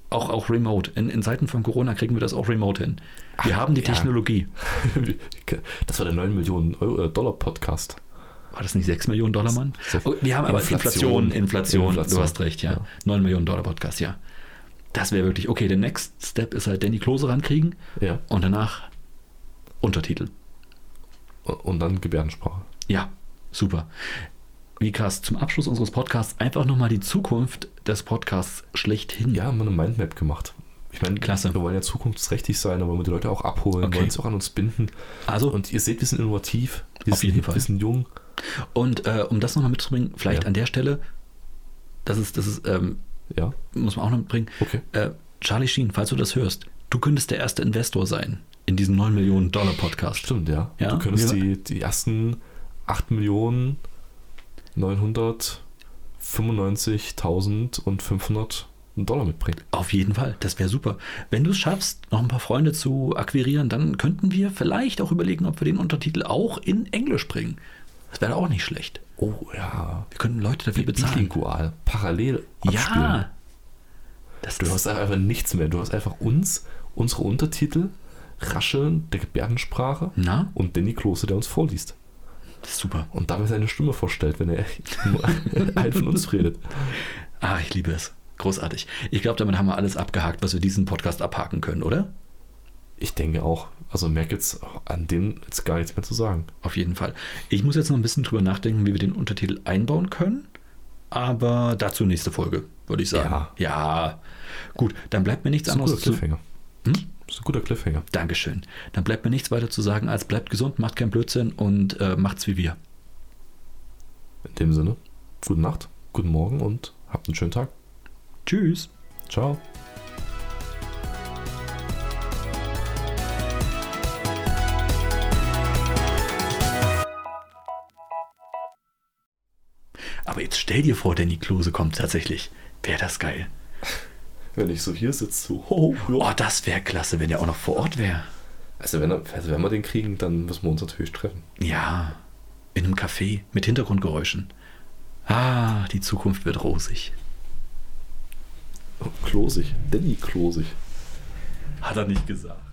Auch, auch remote. In, in Zeiten von Corona kriegen wir das auch remote hin. Wir haben die ja. Technologie. Das war der 9 Millionen Euro, äh, Dollar Podcast. War das nicht 6 Millionen Dollar, Mann? Sech- Oh, wir haben aber Inflation. Inflation, Inflation, Inflation. du hast recht, ja. Ja. 9 Millionen Dollar Podcast, ja. Das wäre wirklich, okay, der Next Step ist halt Danny Klose rankriegen Ja. und danach Untertitel. Und- Und dann Gebärdensprache. Ja, super. Vikas, zum Abschluss unseres Podcasts einfach nochmal die Zukunft des Podcasts schlechthin. Ja, haben wir eine Mindmap gemacht. Ich meine, Klasse. wir wollen ja zukunftsträchtig sein, aber wir wollen die Leute auch abholen, Okay. wollen es auch an uns binden. Also, und, Und ihr seht, wir sind innovativ, wir Auf sind jeden hip, Fall. wir sind jung. äh, um das nochmal mitzubringen, vielleicht Ja. an der Stelle, das ist, das ist, ähm, Ja, muss man auch noch mitbringen. okay. Äh, Charlie Sheen, falls du das hörst, du könntest der erste Investor sein in diesem 9 Millionen Dollar Podcast. Stimmt, ja. Ja, du könntest wir- die, die ersten 8 Millionen 995.500 und 500 Dollar mitbringen. Auf jeden Fall, das wäre super. Wenn du es schaffst, noch ein paar Freunde zu akquirieren, dann könnten wir vielleicht auch überlegen, ob wir den Untertitel auch in Englisch bringen. Das wäre auch nicht schlecht. Oh ja. Wir könnten Leute dafür bezahlen. Bilingual. Parallel abspielen. Ja. Das Du ist, hast einfach nichts mehr. Du hast einfach uns, unsere Untertitel, Rascheln der Gebärdensprache na, und Danny Klose, der uns vorliest. das ist super. Und dabei seine Stimme vorstellt, wenn er einen von uns redet. Ah, ich liebe es. Großartig. Ich glaube, damit haben wir alles abgehakt, was wir diesen Podcast abhaken können, oder? Ich denke auch. Also mehr gibt's an dem jetzt gar nichts mehr zu sagen. Auf jeden Fall. Ich muss jetzt noch ein bisschen drüber nachdenken, wie wir den Untertitel einbauen können. Aber dazu nächste Folge, würde ich sagen. Ja. ja. Gut, dann bleibt mir nichts Das ist ein guter anderes zu, Cliffhanger. Hm? Das ist ein guter Cliffhanger. Dankeschön. Dann bleibt mir nichts weiter zu sagen, als bleibt gesund, macht keinen Blödsinn und äh, macht's wie wir. In dem Sinne, gute Nacht, guten Morgen und habt einen schönen Tag. Tschüss. Ciao. Aber jetzt stell dir vor, Danny Klose kommt tatsächlich. Wäre das geil. Wenn ich so hier sitze, so. Oh, das wäre klasse, wenn der auch noch vor Ort wäre. Also wenn, er- also wenn wir den kriegen, dann müssen wir uns natürlich treffen. Ja, in einem Café mit Hintergrundgeräuschen. Ah, die Zukunft wird rosig. Klosig. Danny Klosig. Hat er nicht gesagt.